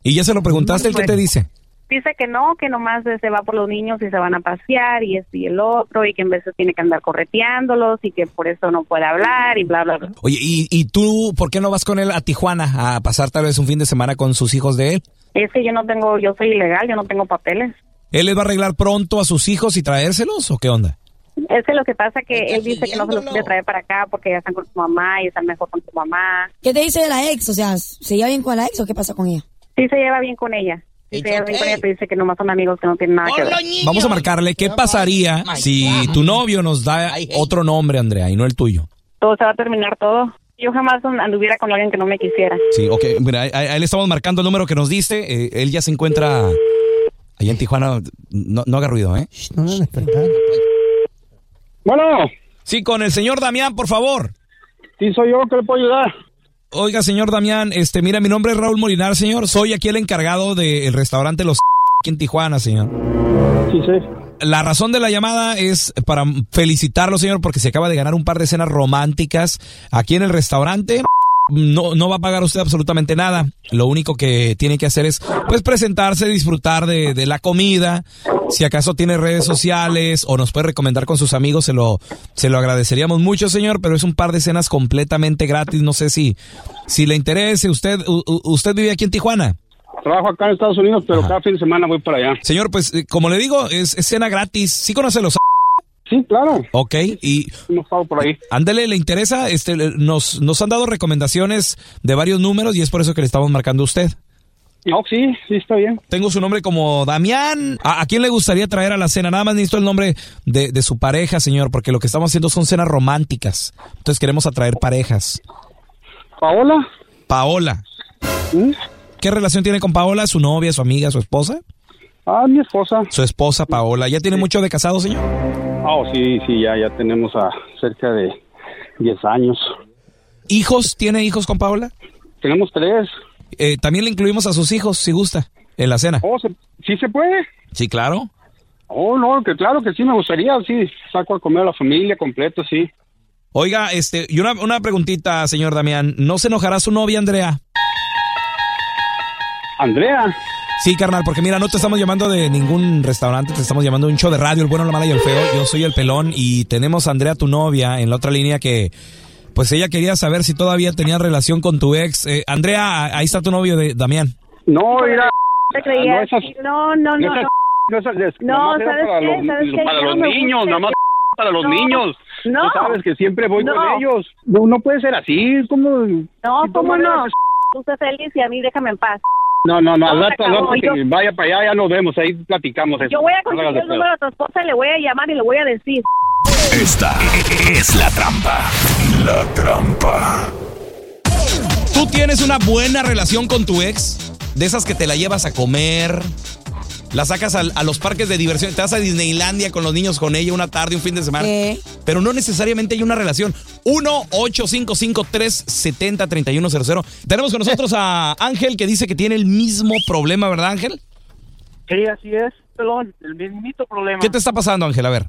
S3: Y ya se lo preguntaste, ¿el qué te dice?
S20: Dice que no, que nomás eh, se va por los niños y se van a pasear y esto y el otro y que en veces tiene que andar correteándolos y que por eso no puede hablar y bla, bla, bla.
S3: Oye, ¿y, y tú por qué no vas con él a Tijuana a pasar tal vez un fin de semana con sus hijos de él?
S20: Es que yo no tengo, yo soy ilegal, yo no tengo papeles.
S3: ¿Él les va a arreglar pronto a sus hijos y traérselos o qué onda?
S20: Es que lo que pasa que él dice que no se los quiere traer para acá porque ya están con su mamá y están mejor con su mamá.
S4: ¿Qué te dice de la ex? O sea, ¿se lleva bien con la ex o qué pasa con ella?
S20: Sí se lleva bien con ella. Sí se lleva bien con ella, pero dice que nomás son amigos que no tienen nada que ver.
S3: Vamos a marcarle qué pasaría si tu novio nos da otro nombre, Andrea, y no el tuyo.
S20: Todo se va a terminar todo. Yo jamás anduviera con alguien que no me quisiera.
S3: Sí, ok. Mira, ahí, ahí le estamos marcando el número que nos diste. eh, él ya se encuentra allá en Tijuana. No, no haga ruido, ¿eh?
S10: No la despertaron.
S3: Bueno. Sí, con el señor Damián, por favor.
S22: Sí, soy yo que le puedo ayudar.
S3: Oiga, señor Damián, este, mira, mi nombre es Raúl Molinar, señor. Soy aquí el encargado del restaurante Los [laughs] aquí en Tijuana, señor.
S22: Sí, sí.
S3: La razón de la llamada es para felicitarlo, señor, porque se acaba de ganar un par de cenas románticas aquí en el restaurante. No, no va a pagar usted absolutamente nada. Lo único que tiene que hacer es, pues, presentarse, disfrutar de, de la comida. Si acaso tiene redes sociales o nos puede recomendar con sus amigos, se lo, se lo agradeceríamos mucho, señor, pero es un par de cenas completamente gratis. No sé si, si le interese. Usted, u- u- usted vive aquí en Tijuana.
S22: Trabajo acá en Estados Unidos, pero
S3: Ajá.
S22: cada fin de semana voy para allá.
S3: Señor, pues eh, como le digo, es, es cena gratis. ¿Sí conoce los?
S22: Sí, claro.
S3: Ok, y...
S22: Hemos estado por ahí.
S3: Ándale, ¿le interesa? Este, le- nos, nos han dado recomendaciones de varios números y es por eso que le estamos marcando a usted.
S22: No, sí, sí, está bien.
S3: Tengo su nombre como Damián. ¿A, a quién le gustaría traer a la cena? Nada más necesito el nombre de, de su pareja, señor, porque lo que estamos haciendo son cenas románticas. Entonces queremos atraer parejas.
S22: ¿Paola? ¿Mm?
S3: Paola. ¿Qué relación tiene con Paola? ¿Su novia, su amiga, su esposa?
S22: Ah, mi esposa.
S3: Su esposa, Paola. ¿Ya tiene mucho de casado, señor?
S22: Ah, oh, sí, sí, ya, ya tenemos a cerca de 10 años.
S3: ¿Hijos? ¿Tiene hijos con Paola?
S22: Tenemos tres.
S3: Eh, también le incluimos a sus hijos, si gusta, en la cena.
S22: Oh, ¿Sí se puede?
S3: Sí, claro.
S22: Oh, no, que claro que sí, me gustaría, sí, saco a comer a la familia completa, sí.
S3: Oiga, este, y una, una preguntita, señor Damián. ¿No se enojará su novia, Andrea?
S22: ¿Andrea?
S3: Sí, carnal, porque mira, no te estamos llamando de ningún restaurante, te estamos llamando de un show de radio, el bueno, la mala y el feo. Yo soy el pelón y tenemos a Andrea, tu novia, en la otra línea que, pues ella quería saber si todavía tenía relación con tu ex. Eh, Andrea, a- ahí está tu novio de Damián.
S22: No, mira.
S20: Te creía.
S22: No, esas-
S20: no, no, no.
S22: esas-
S20: no.
S22: no esas- es-
S20: No,
S22: nomás era
S20: ¿sabes
S22: para
S20: qué?
S22: los,
S20: ¿Sabes qué?
S22: para
S20: Ya
S22: los
S20: no me
S22: niños,
S20: gusta
S22: nomás para los
S20: No,
S22: niños.
S20: no.
S22: Tú sabes que siempre voy
S20: No.
S22: con ellos. No, no puede ser así, como...
S20: No,
S22: de todas
S20: ¿cómo
S22: maneras
S20: no?
S22: es-
S20: Tú sé feliz y a mí déjame en paz.
S22: No, no, no, al
S20: No, se
S22: rato, al rato
S20: acabó,
S22: que
S20: yo-
S22: vaya para allá, ya nos vemos, ahí platicamos eso.
S20: Yo voy a
S22: No hagas
S20: conseguir
S22: de
S20: el
S22: pedo.
S20: número de tu esposa, le voy a llamar y le voy a decir.
S22: pues.
S14: Esta es la trampa. La trampa.
S3: ¿Tú tienes una buena relación con tu ex? De esas que te la llevas a comer, la sacas al- a, los parques de diversión, te vas a Disneylandia con los niños con ella una tarde, un fin de semana.
S4: Sí.
S3: Pero no necesariamente hay una relación. 1-855-370-3100. Tenemos con nosotros a Ángel que dice que tiene el mismo problema, ¿verdad, Ángel?
S15: Sí, así es, pelón, el mismito problema.
S3: ¿Qué te está pasando, Ángel? A ver.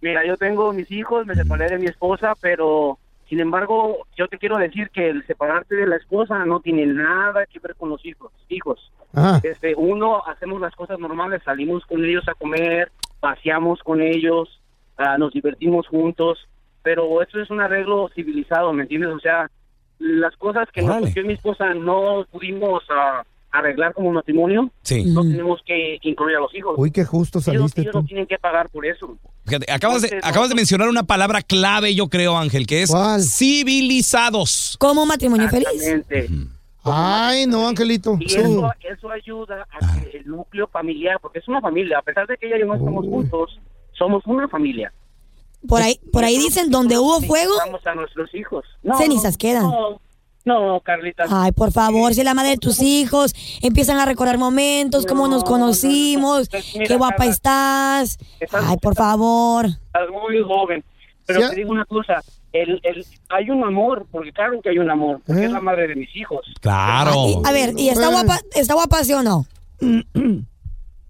S15: Mira, yo tengo mis hijos, me separé de mi esposa, pero sin embargo, yo te quiero decir que el separarte de la esposa no tiene nada que ver con los hijos. Hijos,
S33: Ajá.
S15: este, uno hacemos las cosas normales, salimos con ellos a comer, paseamos con ellos, ah, nos divertimos juntos, pero eso es un arreglo civilizado, ¿me entiendes? O sea, las cosas que
S3: Órale.
S15: nosotros, yo y mi esposa no pudimos ah, arreglar como matrimonio,
S3: Sí.
S15: no
S3: Ujú.
S15: tenemos que incluir a los hijos.
S3: Uy, qué justo
S15: Ellos-
S3: saliste
S15: ellos
S3: tú.
S15: no tienen que pagar por eso.
S3: Fíjate, acabas
S15: Pues,
S3: de,
S15: eh,
S3: acabas de mencionar una palabra clave, yo creo, Ángel, que es civilizados.
S4: ¿Cómo un
S15: Ah,
S4: matrimonio feliz? Ah,
S15: Exactamente.
S10: Ay, no, Angelito.
S15: Y
S10: Sí.
S15: eso, eso ayuda
S3: Ah.
S15: a que el núcleo familiar, porque es una familia, a pesar de que ella y yo no estamos juntos, somos una familia.
S4: Por ahí, por ahí dicen, donde hubo fuego,
S15: Vamos a nuestros hijos. No,
S4: cenizas quedan.
S15: no,
S22: No, Carlita.
S4: Ay, por favor, si es la madre de tus hijos, empiezan a recordar momentos, cómo nos conocimos,
S22: pues, Mira,
S4: qué guapa
S22: Carla.
S4: estás. Ay, por favor.
S22: Estás muy joven. Pero
S4: Sí.
S22: te digo una cosa, el, el, hay un amor, porque claro que hay un amor, porque es la madre de mis hijos.
S15: Claro.
S4: A ver, ¿y está guapa, está guapa sí o no?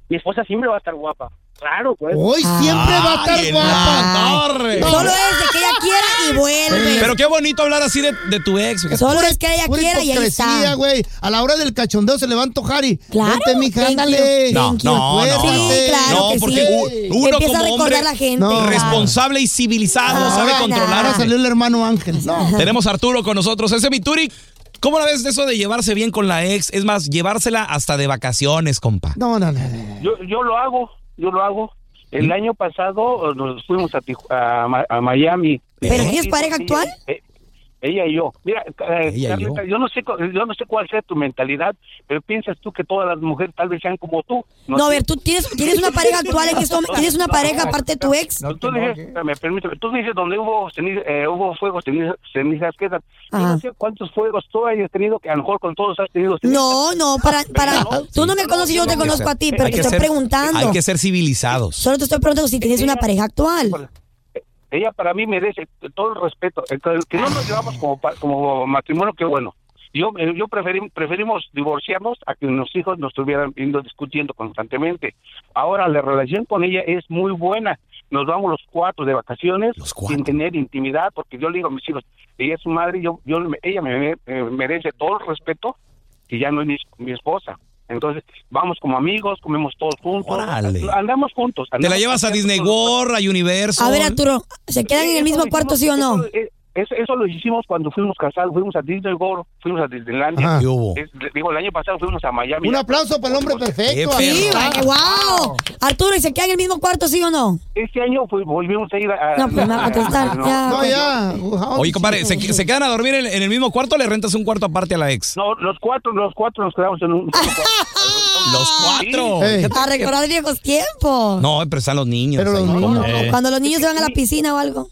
S22: Mi esposa siempre va a estar guapa. Claro, pues.
S10: Hoy
S15: siempre va a estar guapa. Torre.
S4: Solo es de que ella quiera y vuelve.
S15: Pero qué bonito hablar así de, de tu ex. fíjate.
S10: Pura- pura
S4: quiera y ahí
S10: hipocresía,
S4: está.
S10: güey. A la hora del cachondeo se levanta Jari.
S4: Claro,
S10: Vente, mija,
S4: thank you,
S10: ándale.
S15: No, no, no, no.
S10: Esfuérzate.
S15: no, porque u- uno
S10: Empieza a
S15: como
S10: recordar
S15: hombre
S10: a la gente, claro.
S15: responsable y civilizado
S3: Ah,
S15: sabe
S10: Ahora-
S15: controlar.
S10: Ahora salió el hermano Ángel. No.
S15: Tenemos a Arturo con nosotros. Ese Vituri, ¿cómo la ves de eso de llevarse bien con la ex? Es más, llevársela hasta de vacaciones, compa.
S10: No, no, no.
S22: Yo, yo lo hago, yo lo hago. El año pasado eh, nos fuimos a, Tiju- a, Ma- a Miami.
S4: ¿Pero
S22: Eh,
S4: ella es pareja actual?
S22: eh, Ella y yo. Mira, eh, Carlita, yo. no sé, cu- yo no sé cuál sea tu mentalidad, pero piensas tú que todas las mujeres tal vez sean como tú.
S4: No, a ver, tú tienes, tienes una pareja actual, en esto- tienes una pareja aparte de tu ex.
S22: tú dices, espérame, permíteme, tú dices donde hubo, ceniz- eh, hubo fuegos, ceniz- cenizas quedan. Yo
S4: Ajá.
S22: no sé cuántos fuegos tú hayas tenido, que a lo mejor con todos has tenido. cenizas.
S4: No, no, para, para, tú no me conoces, yo no te conozco a ti, pero
S15: Hay
S4: te
S15: que
S4: estoy
S15: ser- Hay
S4: preguntando.
S15: que ser civilizados.
S4: Solo te estoy preguntando si tienes una pareja actual.
S22: ella para mí merece todo el respeto. El Que que no nos llevamos como, pa- como matrimonio, qué bueno. Yo, eh, yo preferim- preferimos divorciarnos a que los hijos nos estuvieran viendo discutiendo constantemente. Ahora la relación con ella es muy buena. Nos vamos los cuatro de vacaciones sin tener intimidad, porque yo le digo a mis hijos, ella es su madre, yo, yo me- ella me, me- eh, merece todo el respeto que ya no es mi, mi esposa. Entonces vamos como amigos, comemos todos juntos,
S15: Órale.
S22: andamos juntos.
S15: Te la
S22: andamos
S15: llevas a
S22: juntos.
S15: Disney World, a Universo.
S4: A ver, Arturo, ¿se quedan en el
S22: Eso
S4: mismo
S22: lo
S4: cuarto,
S22: hicimos-
S4: sí o no?
S22: eso- eh, Eso, eso lo hicimos cuando fuimos casados, fuimos a Disney World, fuimos a Disneylandia.
S15: Ajá. ¿Qué hubo?
S22: Es- digo, el año pasado fuimos a Miami.
S10: Un aplauso para el hombre perfecto.
S4: Sí,
S10: Ah,
S4: vale, wow. Arturo, ¿y se quedan en el mismo cuarto, sí o no?
S22: Este año fui- volvimos a ir a... a-
S4: No, pues me va a contestar,
S22: no.
S4: ya.
S10: No, ya.
S15: Oye, compadre, ¿se, se quedan a dormir en, en el mismo cuarto o le rentas un cuarto aparte a la ex?
S22: No, los cuatro, los cuatro nos quedamos en un...
S4: Ah.
S15: Los cuatro.
S4: A recordar viejos tiempos.
S15: No, pero están los niños.
S4: Pero
S15: ahí,
S4: los
S15: ¿cómo no?
S4: Cuando los niños se van a la piscina o algo.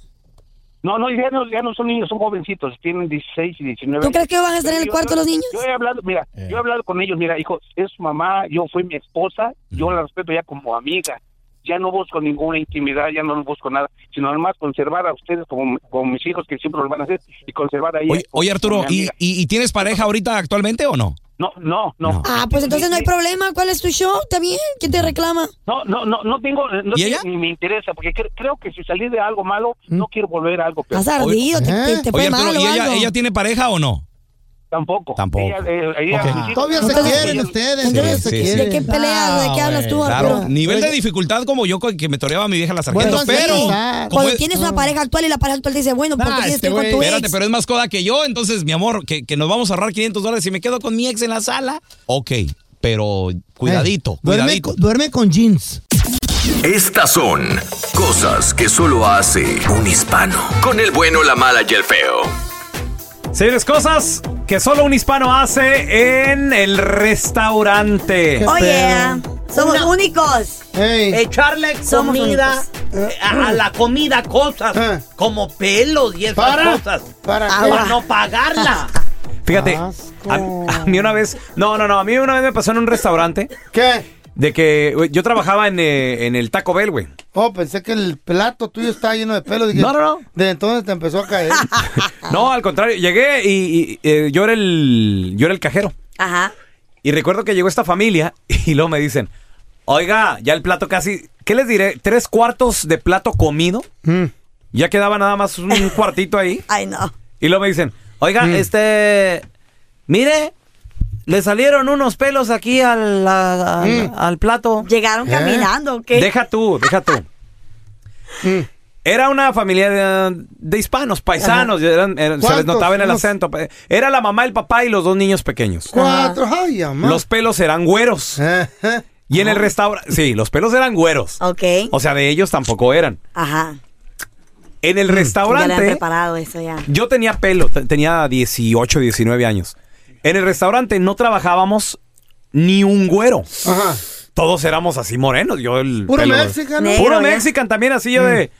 S22: No, no, ya no, ya no son niños, son jovencitos, tienen 16 y 19
S4: ¿Tú crees que van a estar en el
S22: Yo-
S4: cuarto
S22: yo-
S4: los niños?
S22: Yo he hablado, mira,
S15: Eh.
S22: yo he hablado con ellos, mira, hijo, es su mamá, yo fui mi esposa, yo
S15: Mm.
S22: la respeto ya como amiga, ya no busco ninguna intimidad, ya no busco nada, sino además conservar a ustedes como, como mis hijos que siempre lo van a hacer y conservar a ella.
S15: Oye, oye, Arturo,
S22: como mi
S15: ¿y,
S22: amiga.
S15: y, y tienes pareja ahorita actualmente o no?
S22: No, no, no.
S4: Ah, pues entonces no hay problema. ¿Cuál es tu show? ¿Está bien? ¿Quién te reclama?
S22: No, no, no, no tengo, no
S15: ¿Y
S22: tengo-
S15: ella?
S22: ni me interesa, porque cre- creo que si salí de algo malo, no quiero volver a algo peor.
S4: Estás ¿Mm? ardido, te- te, te fue
S15: Oye, Arturo,
S4: mal o
S15: ¿y ella,
S4: algo.
S15: ella tiene pareja o no?
S22: Tampoco.
S15: Tampoco.
S22: Ella, eh, ella-
S15: Ok.
S22: mis hijos-
S10: Todavía se
S22: Entonces,
S10: quieren
S22: ella-
S10: ustedes.
S15: Sí,
S10: todavía
S15: sí,
S10: se
S15: sí.
S10: quieren.
S4: ¿De qué peleas? ¿De qué hablas tú,
S15: Claro,
S4: Arturo?
S15: nivel de dificultad como yo con- que me toreaba a mi vieja la sargento,
S4: Vuelvan a
S15: pero...
S4: empezar.
S15: como
S4: Cuando
S15: es- Ah, este
S4: tienes una pareja actual y la pareja actual te dice, bueno, ¿por qué tienes que ir con tu ex?
S15: Espérate, pero es más coda que yo, entonces, mi amor, que, que nos vamos a ahorrar 500 dólares si me quedo con mi ex en la sala. Ok, pero cuidadito,
S10: Eh, duerme,
S15: cuidadito.
S10: con- duerme con jeans.
S16: Estas son cosas que solo hace un hispano. Con el bueno, la mala y el feo.
S3: Señores, cosas que solo un hispano hace en el restaurante.
S34: Oye, somos únicos.
S14: Echarle
S34: Somos
S14: comida a, a la comida cosas como pelos y esas
S3: Para,
S14: cosas
S3: para
S14: para,
S3: qué.
S14: no pagarla.
S3: Fíjate, a, a mí una vez, no, no, no, a mí una vez me pasó en un restaurante.
S10: ¿Qué?
S3: De que güey, yo trabajaba en, eh, en el Taco Bell, güey.
S10: Oh, pensé que el plato tuyo estaba lleno de pelo. Dije,
S3: No, no, no.
S10: Desde entonces te empezó a caer.
S34: Ah.
S3: No, al contrario, llegué y, y, eh, yo era el yo era el cajero.
S34: Ajá.
S3: Y recuerdo que llegó esta familia [laughs] y luego me dicen, oiga, ya el plato casi, ¿qué les diré? Tres cuartos de plato comido. Ya quedaba nada más un cuartito ahí.
S34: Ay, no.
S3: Y luego me dicen, oiga,
S14: Mm.
S3: este, mire, le salieron unos pelos aquí al, a- al-
S10: Mm.
S3: al plato.
S10: ¿Eh?
S34: Llegaron caminando, ¿o qué?
S3: Deja tú, deja tú.
S10: Mm.
S3: Era una familia de, de hispanos, paisanos,
S10: Ajá.
S3: eran- eran- se les
S10: ¿Cuántos?
S3: notaba en el
S10: Unos-
S3: acento. Era la mamá, el papá y los dos niños pequeños.
S10: Cuatro, ay, amá.
S3: Los pelos eran güeros. Y en el restaurante, sí, los pelos eran güeros.
S34: Ok.
S3: O sea, de ellos tampoco eran.
S34: Ajá. Ya
S3: En el
S10: Mm.
S34: le han
S3: restaurante,
S34: preparado eso ya.
S3: yo tenía pelo, te- tenía 18, 19 años. En el restaurante no trabajábamos ni un güero. Todos éramos así morenos. Yo el
S10: Puro
S3: pelo-
S10: mexicano.
S3: Puro
S10: Negro, ya.
S3: mexican también, así yo de.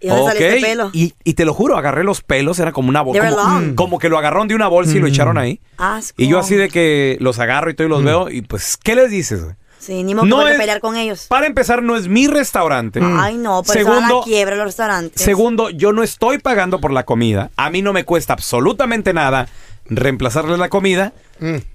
S4: ¿Y dónde sale este pelo?
S3: Y, y te lo juro, agarré los pelos, era como una
S4: They
S3: bolsa.
S4: were long.
S3: Como, como que lo agarraron de una bolsa y lo echaron ahí.
S4: Asco.
S3: Y yo así de que los agarro y todo y los veo. Y pues, ¿qué les dices, güey?
S4: Sí, ni modo que
S3: No
S4: vaya a
S3: es-
S4: pelear con ellos. Mm.
S3: Para empezar, no es mi restaurante.
S4: Ay, no, pero se van a la
S3: Segundo,
S4: quiebra los restaurantes.
S3: segundo, yo no estoy pagando por la comida. A mí no me cuesta absolutamente nada reemplazarle la comida.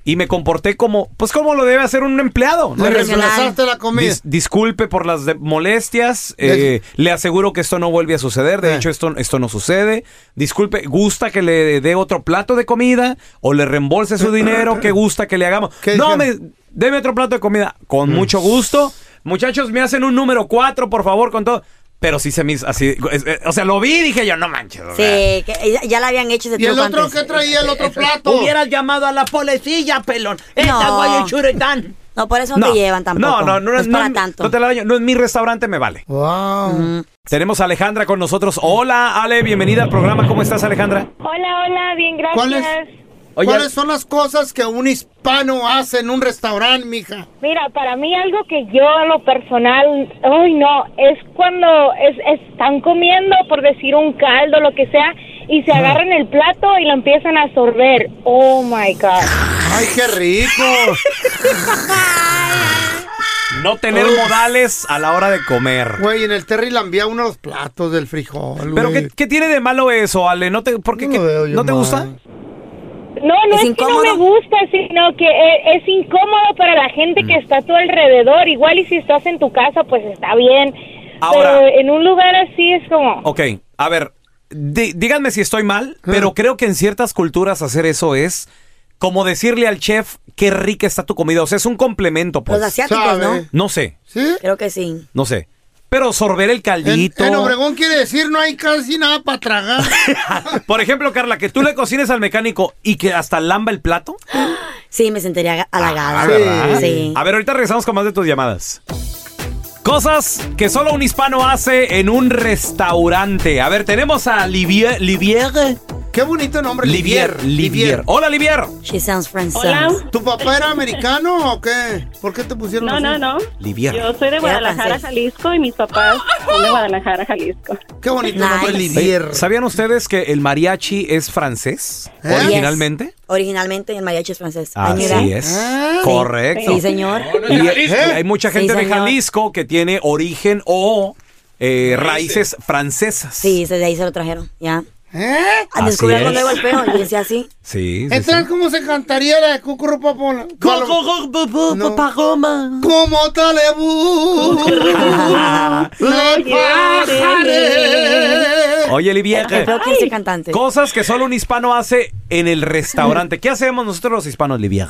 S3: Y me comporté como, pues como lo debe hacer un empleado.
S10: Le reemplazaste la comida.
S3: Dis- disculpe por las de- molestias. eh, le aseguro que esto no vuelve a suceder. De hecho, esto, esto no sucede. Disculpe, ¿gusta que le dé otro plato de comida? ¿O le reembolse su dinero? ¿Qué gusta que le hagamos? No, me, deme otro plato de comida. Con mucho gusto. Muchachos, me hacen un número 4, por favor, con todo. Pero sí se me hizo así. es- es- O sea, lo vi y dije yo, no manches. o
S4: Sí,
S3: sea.
S4: que ya, ya la habían hecho ese
S3: ¿Y el
S4: truco
S3: otro
S4: antes.
S3: qué traía, el otro plato?
S5: Hubieras llamado a la policía, pelón. Esta
S4: No.
S5: guay churetán.
S4: No, por eso no, te llevan tampoco.
S3: No, no, no,
S4: es para
S3: no,
S4: tanto. Mm.
S3: no te la daño. No es mi restaurante, me vale. Tenemos a Alejandra con nosotros. Hola, Ale, bienvenida al programa. ¿Cómo estás, Alejandra?
S10: Hola, hola, bien, gracias.
S3: Oye,
S10: ¿Cuáles son las cosas que un hispano hace en un restaurante, mija?
S2: Mira, para mí algo que yo a lo personal, ay no, es cuando es- están comiendo, por decir un caldo, lo que sea, y se agarran el plato y lo empiezan a sorber. Oh my God.
S10: Ay, qué rico.
S3: No tener
S10: Uf.
S3: modales a la hora de comer.
S10: Güey, en el Terry lambía uno de los platos del frijol,
S3: Pero
S10: güey.
S3: ¿qué, qué tiene de malo eso, Ale? ¿No te, por qué- qué- ¿no te gusta?
S2: No, no es, que no me gusta, sino que e, es, es incómodo para la gente que está a tu alrededor. Igual y si estás en tu casa, pues está bien.
S3: Ahora-
S2: Pero en un lugar así es como...
S3: Ok, a ver, di- díganme si estoy
S10: Ah.
S3: mal, pero creo que en ciertas culturas hacer eso es como decirle al chef qué rica está tu comida. O sea, es un complemento. Pues.
S4: Los asiáticos, ¿no? Sabe.
S3: No sé,
S4: Creo que sí.
S3: no sé. Pero sorber el caldito.
S10: En Obregón quiere decir no hay casi nada para tragar.
S3: Por ejemplo, Carla, que tú le cocines al mecánico y que hasta lamba el plato.
S4: Sí, me sentiría aga- halagada.
S3: Ah, ¿verdad?
S4: Sí.
S3: A ver, ahorita regresamos con más de tus llamadas. Cosas que solo un hispano hace en un restaurante. A ver, tenemos a Livier. Livier.
S10: Qué bonito nombre,
S3: Livier. Livier. Hola, Livier.
S4: She sounds French.
S10: Hola. ¿Tu papá era americano o qué? ¿Por qué te pusieron
S2: No,
S10: así?
S2: no, no. Yo soy de
S10: Era
S2: Guadalajara,
S10: francés.
S2: Jalisco y mis papás son de Guadalajara, Jalisco.
S10: Qué bonito
S3: Pues,
S10: nombre,
S3: Oye, ¿Sabían ustedes que el mariachi es francés?
S4: ¿Eh?
S3: Originalmente.
S4: Originalmente el mariachi es francés. Ay,
S3: Así
S4: mira.
S3: es.
S4: Ah, sí.
S3: Correcto.
S4: Sí, señor.
S3: Y eh, hay mucha
S4: Sí,
S3: gente de
S4: señor.
S3: Jalisco que tiene origen o eh, raíces francesas.
S4: Sí, desde ahí se lo trajeron, ya.
S10: ¿Eh?
S3: Así
S4: Descubrí algo
S3: es.
S4: nuevo el peo, yo decía así.
S3: [laughs] Sí, sí, sí.
S10: Entonces, ¿cómo se cantaría la de Cucurru Papola? No.
S4: [laughs]
S10: Como talebú. Le pajaré.
S3: Oye, Livier.
S10: El peor quiere ser
S4: cantante.
S3: Cosas que solo un hispano hace en el restaurante. ¿Qué hacemos nosotros los hispanos, Livier?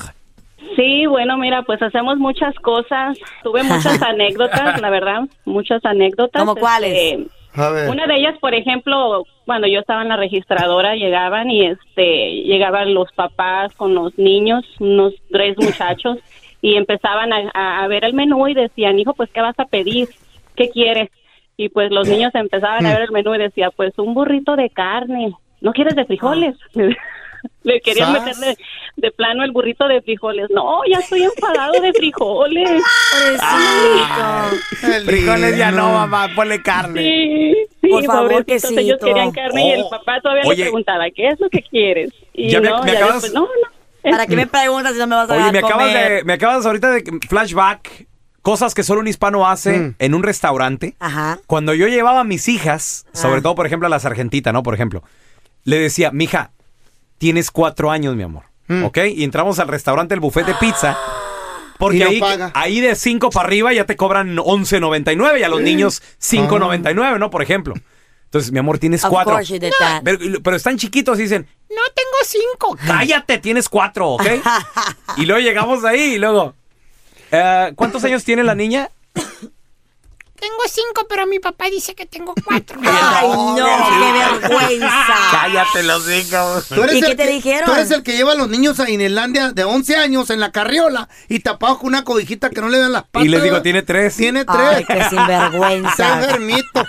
S2: Sí, bueno, mira, pues hacemos muchas cosas.
S4: [laughs]
S2: Tuve muchas anécdotas, la verdad, muchas anécdotas.
S4: ¿Cómo cuáles?
S2: Este,
S10: A ver.
S2: Una de ellas, por ejemplo, cuando yo estaba en la registradora, llegaban y este llegaban los papás con los niños, unos tres muchachos, y empezaban a- a, a ver el menú y decían, hijo, pues, ¿qué vas a pedir? ¿Qué quieres? Y pues los niños empezaban a ver el menú y decía, pues, un burrito de carne. ¿No quieres de frijoles? [laughs] Le querían
S9: ¿Sas?
S2: meterle de plano el burrito de frijoles. No, ya estoy enfadado de frijoles.
S3: Frijoles ya no, mamá, ponle carne.
S2: Sí, sí,
S3: Por favor,
S2: pobrecitos,
S3: quesito.
S2: ellos querían carne y el
S3: Oh.
S2: papá todavía
S3: Oye.
S2: le preguntaba, ¿qué es lo que quieres? Y
S3: Ya me-
S2: no,
S3: me
S2: ya
S3: acabas-
S2: después, no, no.
S4: ¿Para qué me preguntas si no me vas a
S3: Oye,
S4: dar
S3: me
S4: a
S3: acabas,
S4: comer?
S3: de, me acabas ahorita de flashback. Cosas que solo un hispano hace
S10: Mm.
S3: en un restaurante.
S4: Ajá. Ah.
S3: Cuando yo llevaba a mis hijas, sobre todo, por ejemplo, a la sargentita, ¿no? Por ejemplo, le decía, mija, tienes cuatro años, mi amor.
S10: Mm.
S3: ¿Ok? Y entramos al restaurante, el buffet de
S4: Ah.
S3: pizza. Porque
S10: Y no
S3: ahí,
S10: paga.
S3: ahí de cinco para arriba ya te cobran 11.99 y
S10: Mm.
S3: a los niños
S10: Ah.
S3: 5.99, ¿no? Por ejemplo. Entonces, mi amor, tienes
S4: Of
S3: cuatro.
S4: course you did that.
S3: Pero, pero están chiquitos y dicen, No tengo cinco. cállate, tienes cuatro, [laughs] ¿ok? y luego llegamos ahí y luego, "Eh, ¿cuántos años tiene la niña?
S14: Tengo cinco, pero mi papá dice que tengo cuatro.
S4: Ay, no, qué
S3: [laughs]
S4: vergüenza.
S3: Cállate los cinco.
S10: Tú eres
S4: ¿Y qué
S10: el
S4: te
S10: que-
S4: dijeron?
S10: Tú eres el que lleva a los niños a Inelandia de 11 años en la carriola y tapado con una cobijita que no le vean las patas.
S3: Y les digo,
S10: ¿verdad?
S3: tiene tres.
S10: Tiene
S3: Ay,
S10: tres.
S3: qué sinvergüenza.
S10: [laughs] Está enfermito.